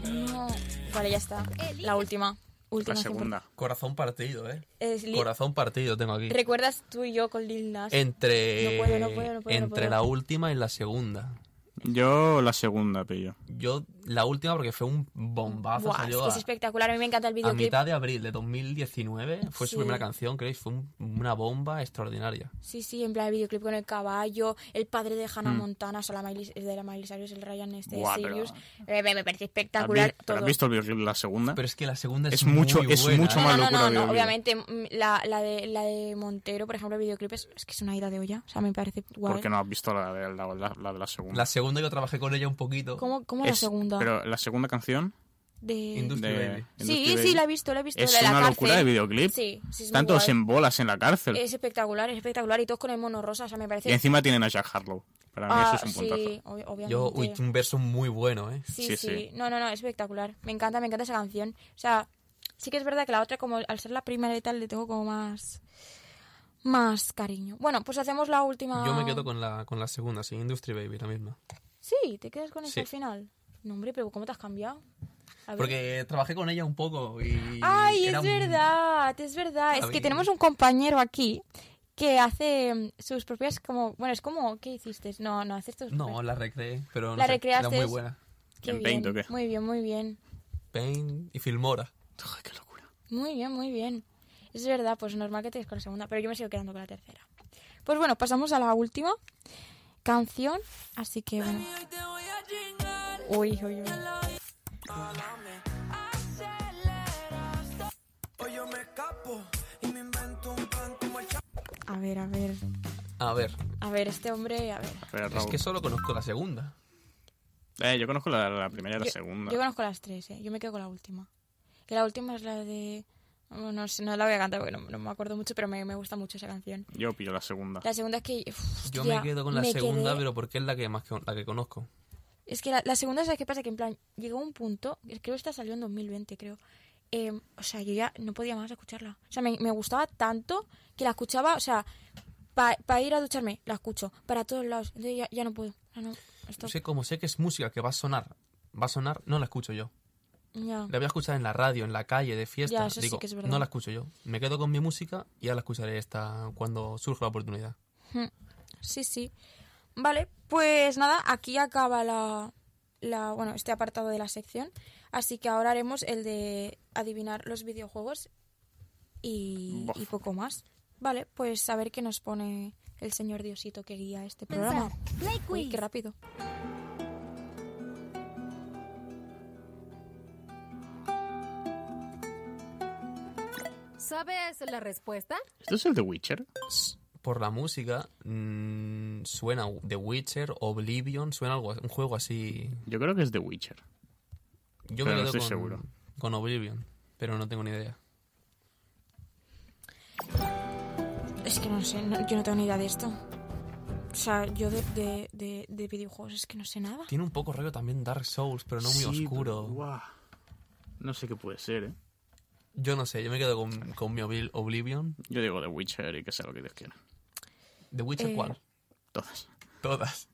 No. Vale, ya está. La última. La Última segunda. Corazón partido, ¿eh? 100%. Es Lil- Corazón partido tengo aquí. ¿Recuerdas tú y yo con Lil Nas? Entre, ¿Ah, No puedo, no puedo, no puedo, no entre puedo. la última y la segunda. Yo la segunda, pillo. Yo, la última porque fue un bombazo. Buah, es salió que es a- espectacular. A mí me encanta el a, videoclip. mitad de abril de 2019. Fue Sí. su primera canción, creéis. Fue un- una bomba extraordinaria. Sí, sí, en plan el videoclip con el caballo, el padre de Hannah Montana, o sea, la Miley- de la Miley Cyrus, el Ryan este de Mm. Buah, pero- Sirius. Eh, me, me parece ¿Has espectacular vi- pero todo. has visto el videoclip de la segunda? Pero es que la segunda es, Es mucho- muy es buena, mucho ¿eh? no, más no, no, locura Ah. no, videoclip. obviamente mm, la, la, de, la de Montero, por ejemplo, el videoclip es, es que es una ida de olla, o sea, me parece guay. Porque no has visto la de la, la- la de la segunda. La segunda yo trabajé con ella un poquito. ¿Cómo, cómo la Es- segunda? Pero la segunda canción de... Industria De- Baby. Sí, Industry sí, la he Baby. visto, la he visto. Es la de la una cárcel. locura de videoclip. Sí, sí, es muy Están todos guay. en bolas en la cárcel. Es espectacular, es espectacular. Y todos con el mono rosa, o sea, me parece... Y encima tienen a Jack Harlow. Para mí Ah, eso es un puntazo. Sí, ob- obviamente. Yo, uy, un verso muy bueno, ¿eh? Sí, sí, Sí, sí. No, no, no, es espectacular. Me encanta, me encanta esa canción. O sea, sí que es verdad que la otra, como al ser la primera y tal, le tengo como más. más cariño. Bueno, pues hacemos la última. Yo me quedo con la, con la segunda, sí, Industry Baby, la misma. Sí, te quedas con esa Sí. al final. No, hombre, pero ¿cómo te has cambiado? A ver. Porque trabajé con ella un poco y... ¡Ay, era es un- eh, verdad! Es verdad. Es A que ver. tenemos un compañero aquí que hace mm, sus propias. como Bueno, es como. ¿Qué hiciste? No, no, haces tus. No, propias- la recreé, pero no La sé, recreaste. Era muy buena. Qué ¿En Paint bien. o qué? Muy bien, muy bien. Pain y Filmora. Ay, qué locura. Muy bien, muy bien. Es verdad, pues normal que te quedes con la segunda, pero yo me sigo quedando con la tercera. Pues bueno, pasamos a la última canción, así que bueno. Uy, uy, uy. A ver, a ver, A ver, a ver, este hombre, a ver. Pero, es Raúl, que solo conozco la segunda. eh, yo conozco la, la primera y la Yo- segunda. Yo conozco las tres, ¿eh? Yo me quedo con la última. Que la última es la de... No, no, sé, no la voy a cantar porque no, no me acuerdo mucho, pero me, me gusta mucho esa canción. Yo pillo la segunda. La segunda es que... uf, Yo hostia, me quedo con la me segunda, quedé- pero porque es la que más que- la que conozco. Es que la, la segunda, ¿sabes qué pasa? Que en plan, llegó un punto, creo que esta salió en 2020, creo. eh, o sea, yo ya no podía más escucharla. O sea, me, me gustaba tanto que la escuchaba, o sea, para ir a ducharme, la escucho, para todos lados. Entonces ya, ya no puedo. Ah, no, esto- No sé, como sé que es música que va a sonar, va a sonar, no la escucho yo. ya. La voy a escuchar en la radio, en la calle, de fiesta. Ya, eso sí Digo, que es verdad. no la escucho yo. Me quedo con mi música y ya la escucharé esta cuando surja la oportunidad. Sí, sí. Vale, pues nada, aquí acaba la, la- bueno, este apartado de la sección. Así que ahora haremos el de adivinar los videojuegos y, Bof. y poco más. Vale, pues a ver qué nos pone el señor Diosito que guía este Pensar. programa. Play Uy, Quiz. qué rápido. ¿Sabes la respuesta? ¿Esto es el de Witcher? S- Por la música, mm, suena The Witcher, Oblivion, suena algo, un juego así. Yo creo que es The Witcher. Yo Pero no me quedo estoy con, seguro. con Oblivion, pero no tengo ni idea. Es que no sé, no- yo no tengo ni idea de esto. O sea, yo de, de- de- de videojuegos es que no sé nada. Tiene un poco rollo también Dark Souls, pero no muy Sí, oscuro. pero, guau. No sé qué puede ser, ¿eh? Yo no sé, yo me quedo con, con mi Obli- Oblivion. Yo digo The Witcher y que sea lo que Dios quiera. ¿The Witcher Eh, Ah. cuál? Todas. Todas.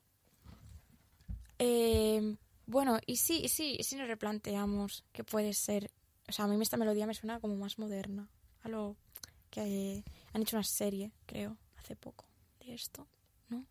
Eh, bueno, y sí, y sí, y sí nos replanteamos que puede ser. O sea, a mí esta melodía me suena como más moderna. A lo que eh, han hecho una serie, creo, hace poco de esto, ¿no?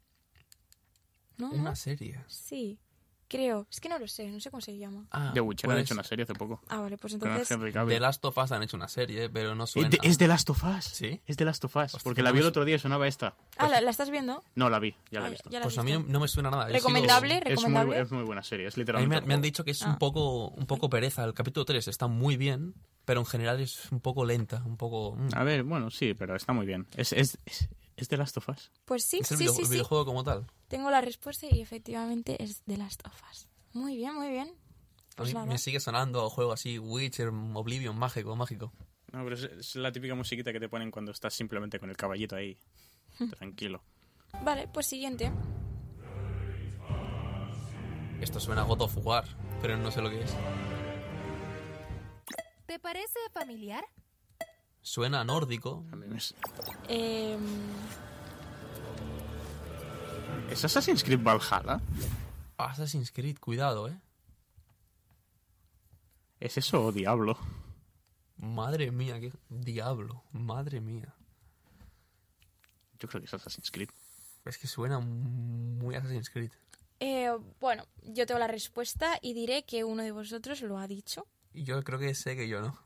¿No? Una serie. Sí, creo. Es que no lo sé, no sé cómo se llama. Ah, The Witcher pues, han hecho una serie hace poco. Ah, vale, pues Con entonces. Henry The Cavill. Last of Us han hecho una serie, pero no suena. Es de, es de Last of Us. ¿Sí? Es de Last of Us. Hostia, Porque la vi el otro día y sonaba esta. Ah, ¿la, la estás viendo? No, la vi, pues ya la Ah, he visto. ya la has Pues a mí no, visto. no me suena nada. Yo sigo- ¿Recomendable? Es muy, ¿Recomendable? es muy buena serie, es A mí literalmente. me, me han un dicho que es Ah. un poco un poco pereza. El capítulo 3 está muy bien, pero en general es un poco lenta, un poco... mm. juego. A ver, bueno, sí, pero está muy bien. Es, es, es, es de Last of Us. Pues sí, es el, sí, video- sí, el sí. videojuego como tal. Tengo la respuesta y efectivamente es de Last of Us. Muy bien, muy bien. A Pues mí nada. me sigue sonando a juego así, Witcher, Oblivion, mágico, mágico. No, pero es, es la típica musiquita que te ponen cuando estás simplemente con el caballito ahí. Tranquilo. Vale, pues siguiente. Esto suena a God of War, pero no sé lo que es. ¿Te parece familiar? Suena a nórdico. A mí me es... Em, ¿Es Assassin's Creed Valhalla? Assassin's Creed, cuidado, ¿eh? ¿Es eso o Diablo? Madre mía, qué diablo. Madre mía. Yo creo que es Assassin's Creed. Es que suena muy Assassin's Creed. Eh, bueno, yo tengo la respuesta y diré que uno de vosotros lo ha dicho, Y yo creo que sé que yo no.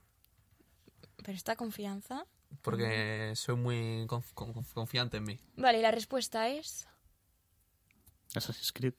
pero esta confianza. Mm. Porque soy muy conf- con- con- confiante en mí. Vale, y la respuesta es Assassin's Creed.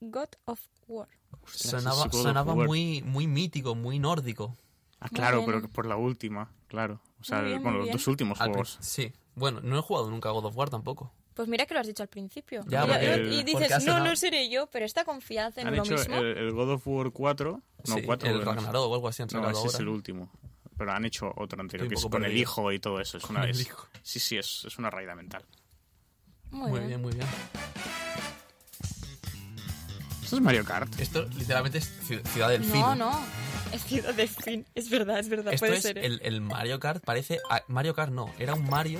God of War. Ostras, Sonaba, ese God of sonaba War. muy, muy mítico, muy nórdico. Ah, Muy claro, bien. pero que por la última, claro. O sea, Muy bien, muy bueno, los bien. dos últimos Al juegos. prin- Sí. Bueno, no he jugado nunca a God of War tampoco. Pues mira que lo has dicho al principio. Ya, y, porque- y- y porque dices, has no, sonado". no seré yo, pero esta confianza en Han uno hecho eh, mismo. el, el God of War 4. No, Sí, 4. el porque no sé. Ragnarok o algo así han No, sacado ese es ahora. el último. Pero han hecho otro anterior, Estoy que un es poco con el perdido. hijo y todo eso. Es una Con el es- hijo. Sí, sí, es, es una raída mental. Muy, Muy bien. bien, muy bien. Esto es Mario Kart. Esto literalmente es Ci- Ciudad del Fin. No, no. Es ciudad del fin. Es verdad, es verdad. Esto puede es ser. ¿eh? el, el Mario Kart, parece... ah, Mario Kart no, era un Mario...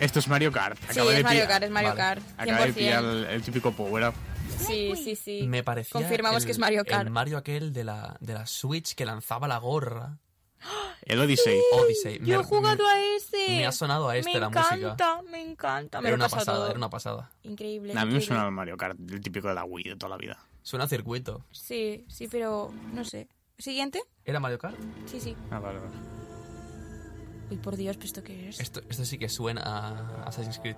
Esto es Mario Kart. Sí, Acaba de es Mario pillar- Kart, es Mario Vale. Kart. Acaba de pillar 100%. el, el típico power up. Sí, sí, sí. Me parecía... Confirmamos el- que es Mario Kart. El Mario aquel de la, de la Switch que lanzaba la gorra. El Odyssey. Odyssey. Yo he jugado a ese. me ha sonado a este me la encanta, música. Me encanta, me Era lo he una pasado pasada, todo. era una pasada. Increíble. A mí me increíble. suena el Mario Kart, el típico de la Wii de toda la vida. Suena a circuito. Sí, sí, pero no sé. ¿Siguiente? ¿Era Mario Kart? Sí, sí. Ah, vale, vale. Uy, por Dios, ¿pero esto qué es? Esto, esto sí que suena a Assassin's Creed.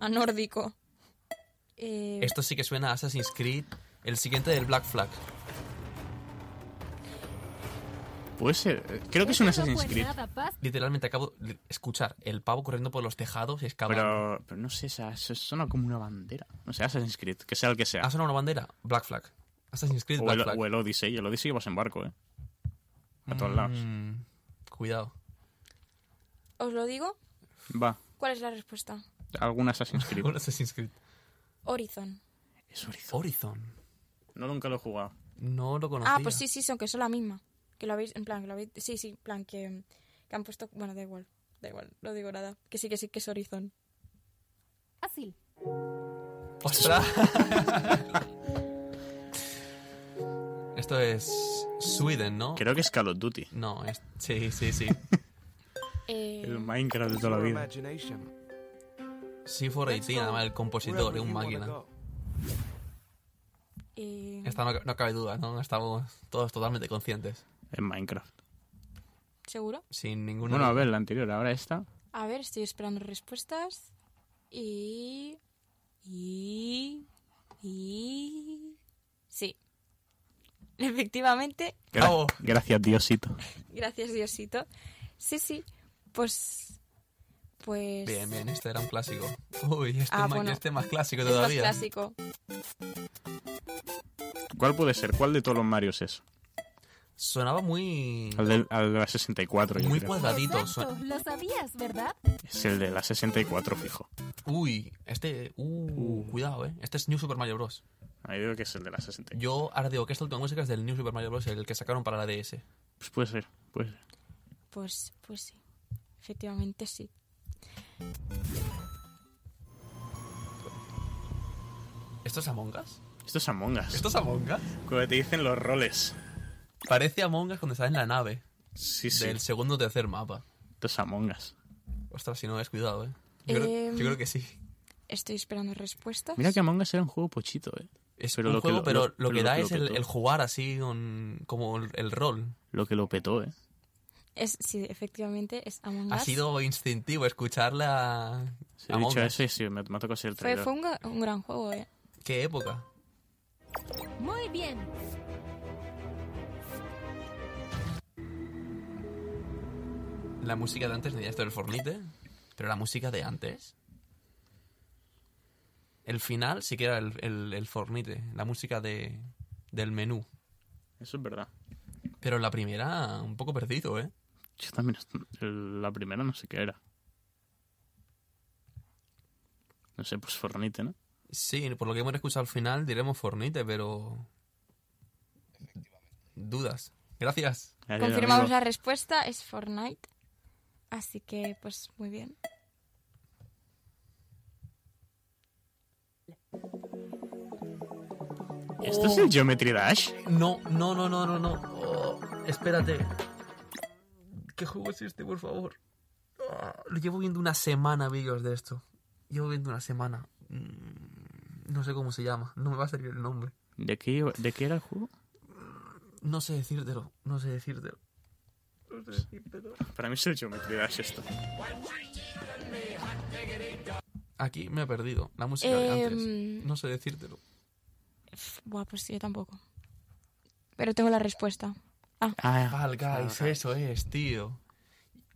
A nórdico. Eh, Esto sí que suena a Assassin's Creed. El siguiente del Black Flag. Puede ser. eh, Creo que es un Assassin's Creed. Literalmente acabo de escuchar el pavo corriendo por los tejados y excavando. Pero, pero no sé, esa- eso suena como una bandera. No sé, Assassin's Creed, que sea el que sea. ¿Ha sonado una bandera? Black Flag. Assassin's Creed, O Black el, Flag. o el Odyssey. El Odyssey vas en barco, ¿eh? A todos lados. Mm, cuidado. ¿Os lo digo? Va, ¿Cuál es la respuesta? algún Assassin's Un Creed. Assassin's Creed. Horizon. Es Horizon. Horizon. No, nunca lo he jugado. No lo conocía. Ah, pues sí, sí, son que son la misma. Que lo habéis, en plan, que lo habéis, sí, sí, en plan, que, que han puesto, bueno, da igual, da igual, no digo nada. Que sí, que sí, que es Horizon. Fácil. ¡Ostras! Esto es Sweden, ¿no? Creo que es Call of Duty. No, es... sí, sí, sí. Eh, El Minecraft de toda la vida. Sí, for 18, además el compositor, es un máquina. eh, Esta no, no cabe duda, ¿no? Estamos todos totalmente conscientes. En Minecraft. ¿Seguro? Sin ninguna. Bueno, a ver, la anterior, ahora esta. A ver, estoy esperando respuestas. Y... Y... Y... Sí. Efectivamente, Gra- Bravo. Gracias, Diosito. gracias Diosito. Sí, sí, pues... Pues... Bien, bien, este era un clásico. Uy, este, Ah, ma- bueno. este es más clásico Es más todavía. clásico. ¿Cuál puede ser? ¿Cuál de todos los Marios es? Sonaba muy. Al de, al de la 64, yo Muy creo. cuadradito. Exacto, suena- lo sabías, ¿verdad? Es el de la 64, fijo. Uy, este. Uh, cuidado, eh. Este es New Super Mario Bros. Ahí digo que es el de la 64. Yo ahora digo que esta última música es del New Super Mario Bros. El que sacaron para la DS. Pues puede ser, puede ser. Pues, pues sí. Efectivamente sí. ¿Esto es Among Us? Esto es Among Us. ¿Esto es Among Us? Cuando te dicen los roles. Parece Among Us cuando estás en la nave. Sí, sí. Del segundo o tercer mapa. Esto es Among Us. Ostras, si no es cuidado, eh. Yo, creo, Em, yo creo que sí. Estoy esperando respuestas. Mira que Among Us era un juego pochito, ¿eh? Es Pero un lo que juego, lo- pero lo- lo, pero que lo da que es lo el, petó. el jugar así con- como el, el rol. Lo que lo petó, ¿eh? Es, sí, efectivamente es Among Ha Us. sido instintivo escucharla. Si he Among dicho Us. eso y sí, me, me ha tocado ser el Fue, traidor. fue un, gra- un gran juego, eh. ¿Qué época? Muy bien. La música de antes tenía esto del Fornite, pero la música de antes. El final sí que era el, el, el Fornite, la música de, del menú. Eso es verdad. Pero la primera, un poco perdido, ¿eh? Yo también, est- el- la primera no sé qué era. No sé, pues Fornite, ¿no? Sí, por lo que hemos escuchado al final diremos Fornite, pero. Dudas. Gracias. Ahí, Confirmamos amigo. la respuesta, es Fortnite. Así que, pues, muy bien. ¿Esto es Oh. el Geometry Dash? No, no, no, no, no, no. Oh, espérate. ¿Qué juego es este, por favor? Ah, Lo llevo viendo una semana vídeos de esto. Llevo viendo una semana. Mm, No sé cómo se llama. No me va a salir el nombre. ¿De qué, iba- ¿De qué era el juego? No sé decírtelo. No sé decírtelo. No sé decírtelo. Para mí es el Geometry Dash esto. Aquí me he perdido. La música de antes. Em. No sé decírtelo. Pf, Buah, pues yo tampoco. Pero tengo la respuesta. Ah, Fall Guys, eso es, tío.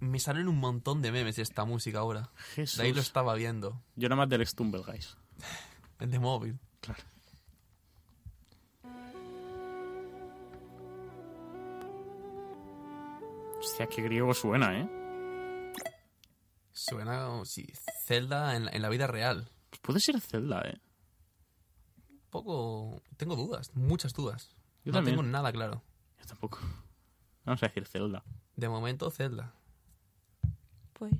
Me salen un montón de memes de esta música ahora. Jesús. De ahí lo estaba viendo. Yo nada más del Stumble, guys. El de móvil. Claro. Hostia, qué griego suena, ¿eh? Suena como si Zelda en la, en la vida real. Pues Puede ser Zelda, ¿eh? Un poco... Tengo dudas, muchas dudas. Yo no también. tengo nada claro. Yo tampoco. Vamos a decir Zelda. De momento, Zelda. Pues.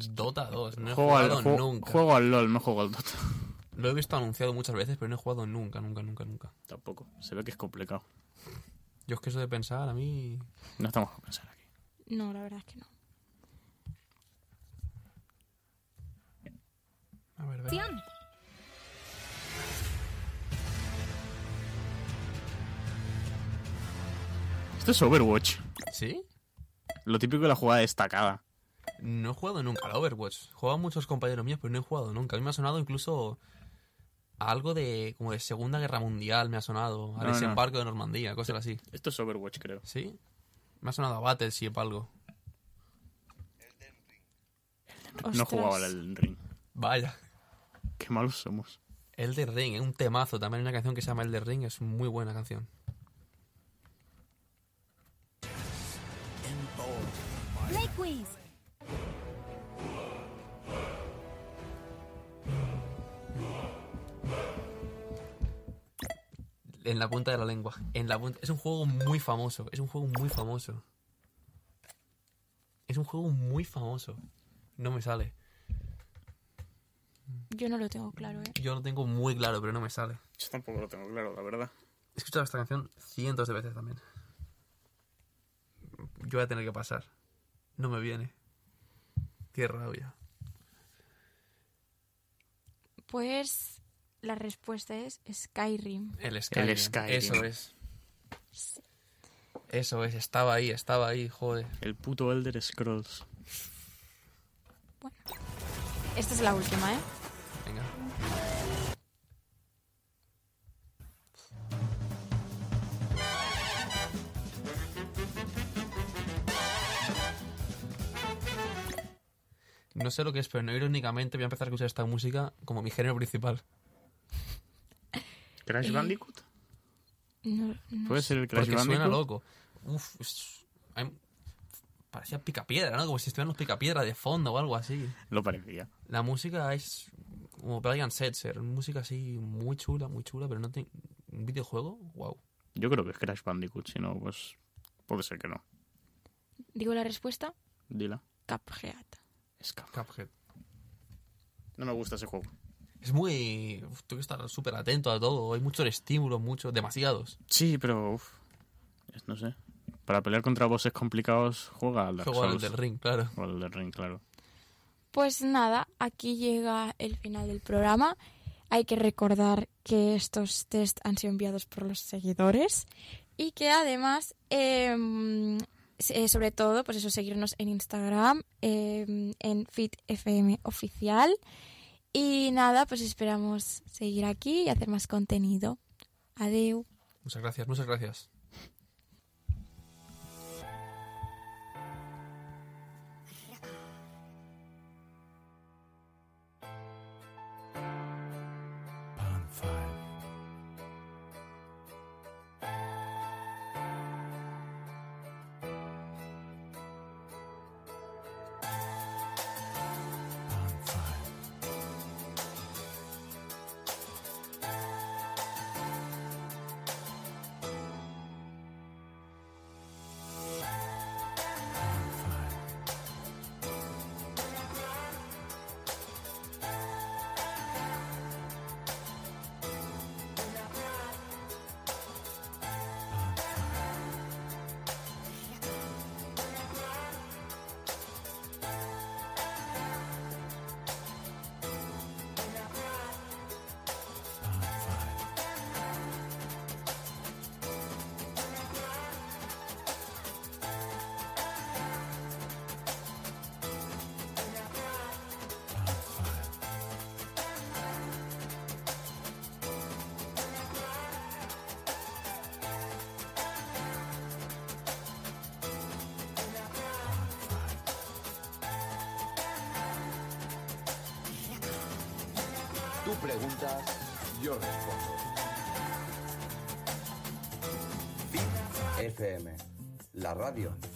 Dota 2. No he juego, al, jugado juego- nunca. juego al LOL, no juego al Dota. Lo he visto anunciado muchas veces, pero no he jugado nunca, nunca, nunca, nunca. Tampoco. Se ve que es complicado. Yo es que eso de pensar, a mí... No estamos a pensar aquí. No, la verdad es que no. A ver, venga. Acción. Esto es Overwatch. ¿Sí? Lo típico de la jugada destacada. No he jugado nunca al Overwatch. Juegan muchos compañeros míos, pero no he jugado nunca. A mí me ha sonado incluso a algo de como de Segunda Guerra Mundial, me ha sonado. Al No, no. desembarco de Normandía, cosas así. Esto es Overwatch, creo. ¿Sí? Me ha sonado a Battleship algo. No Ostras. jugaba al Elden Ring. Vaya. Qué malos somos. Elder Ring, es un temazo. También hay una canción que se llama Elder Ring, es muy buena canción. Play Quiz. En la punta de la lengua. En la punta. Es un juego muy famoso. Es un juego muy famoso. Es un juego muy famoso. No me sale. Yo no lo tengo claro, ¿eh? Yo lo tengo muy claro, pero no me sale. Yo tampoco lo tengo claro, la verdad. He escuchado esta canción cientos de veces también. Yo voy a tener que pasar. No me viene. Qué rabia. Pues la respuesta es Skyrim. El Skyrim. El Skyrim. Eso es. Eso es. Estaba ahí, estaba ahí, joder. El puto Elder Scrolls. Esta es la última, ¿eh? Venga. No sé lo que es, pero no irónicamente voy a empezar a escuchar esta música como mi género principal. ¿Crash Bandicoot? No, no ¿Puede ser el Crash Porque suena Bandicoot? loco. Uf, es- hay- parecía picapiedra, ¿no? Como si estuvieran los picapiedra de fondo o algo así. Lo parecía. La música es como Brian Setzer, música así muy chula, muy chula, pero no tiene un videojuego. Wow. Yo creo que es Crash Bandicoot, si no, pues puede ser que no. Digo la respuesta, Dila. Cuphead. Escapa. Cuphead. No me gusta ese juego. Es muy. uf, tengo que estar súper atento a todo. Hay muchos estímulos, muchos, demasiados. Sí, pero uf. Es- no sé. Para pelear contra bosses complicados, juega al Dark Juego al Souls. del ring, claro. O al Elden Ring, claro. Pues nada, aquí llega el final del programa. Hay que recordar que estos test han sido enviados por los seguidores y que además, eh, mm, eh, sobre todo, pues eso, seguirnos en Instagram, eh, en FitFM oficial. Y nada, pues esperamos seguir aquí y hacer más contenido. Adeu. Muchas gracias, muchas gracias. Tú preguntas, yo respondo. Hit FM, la radio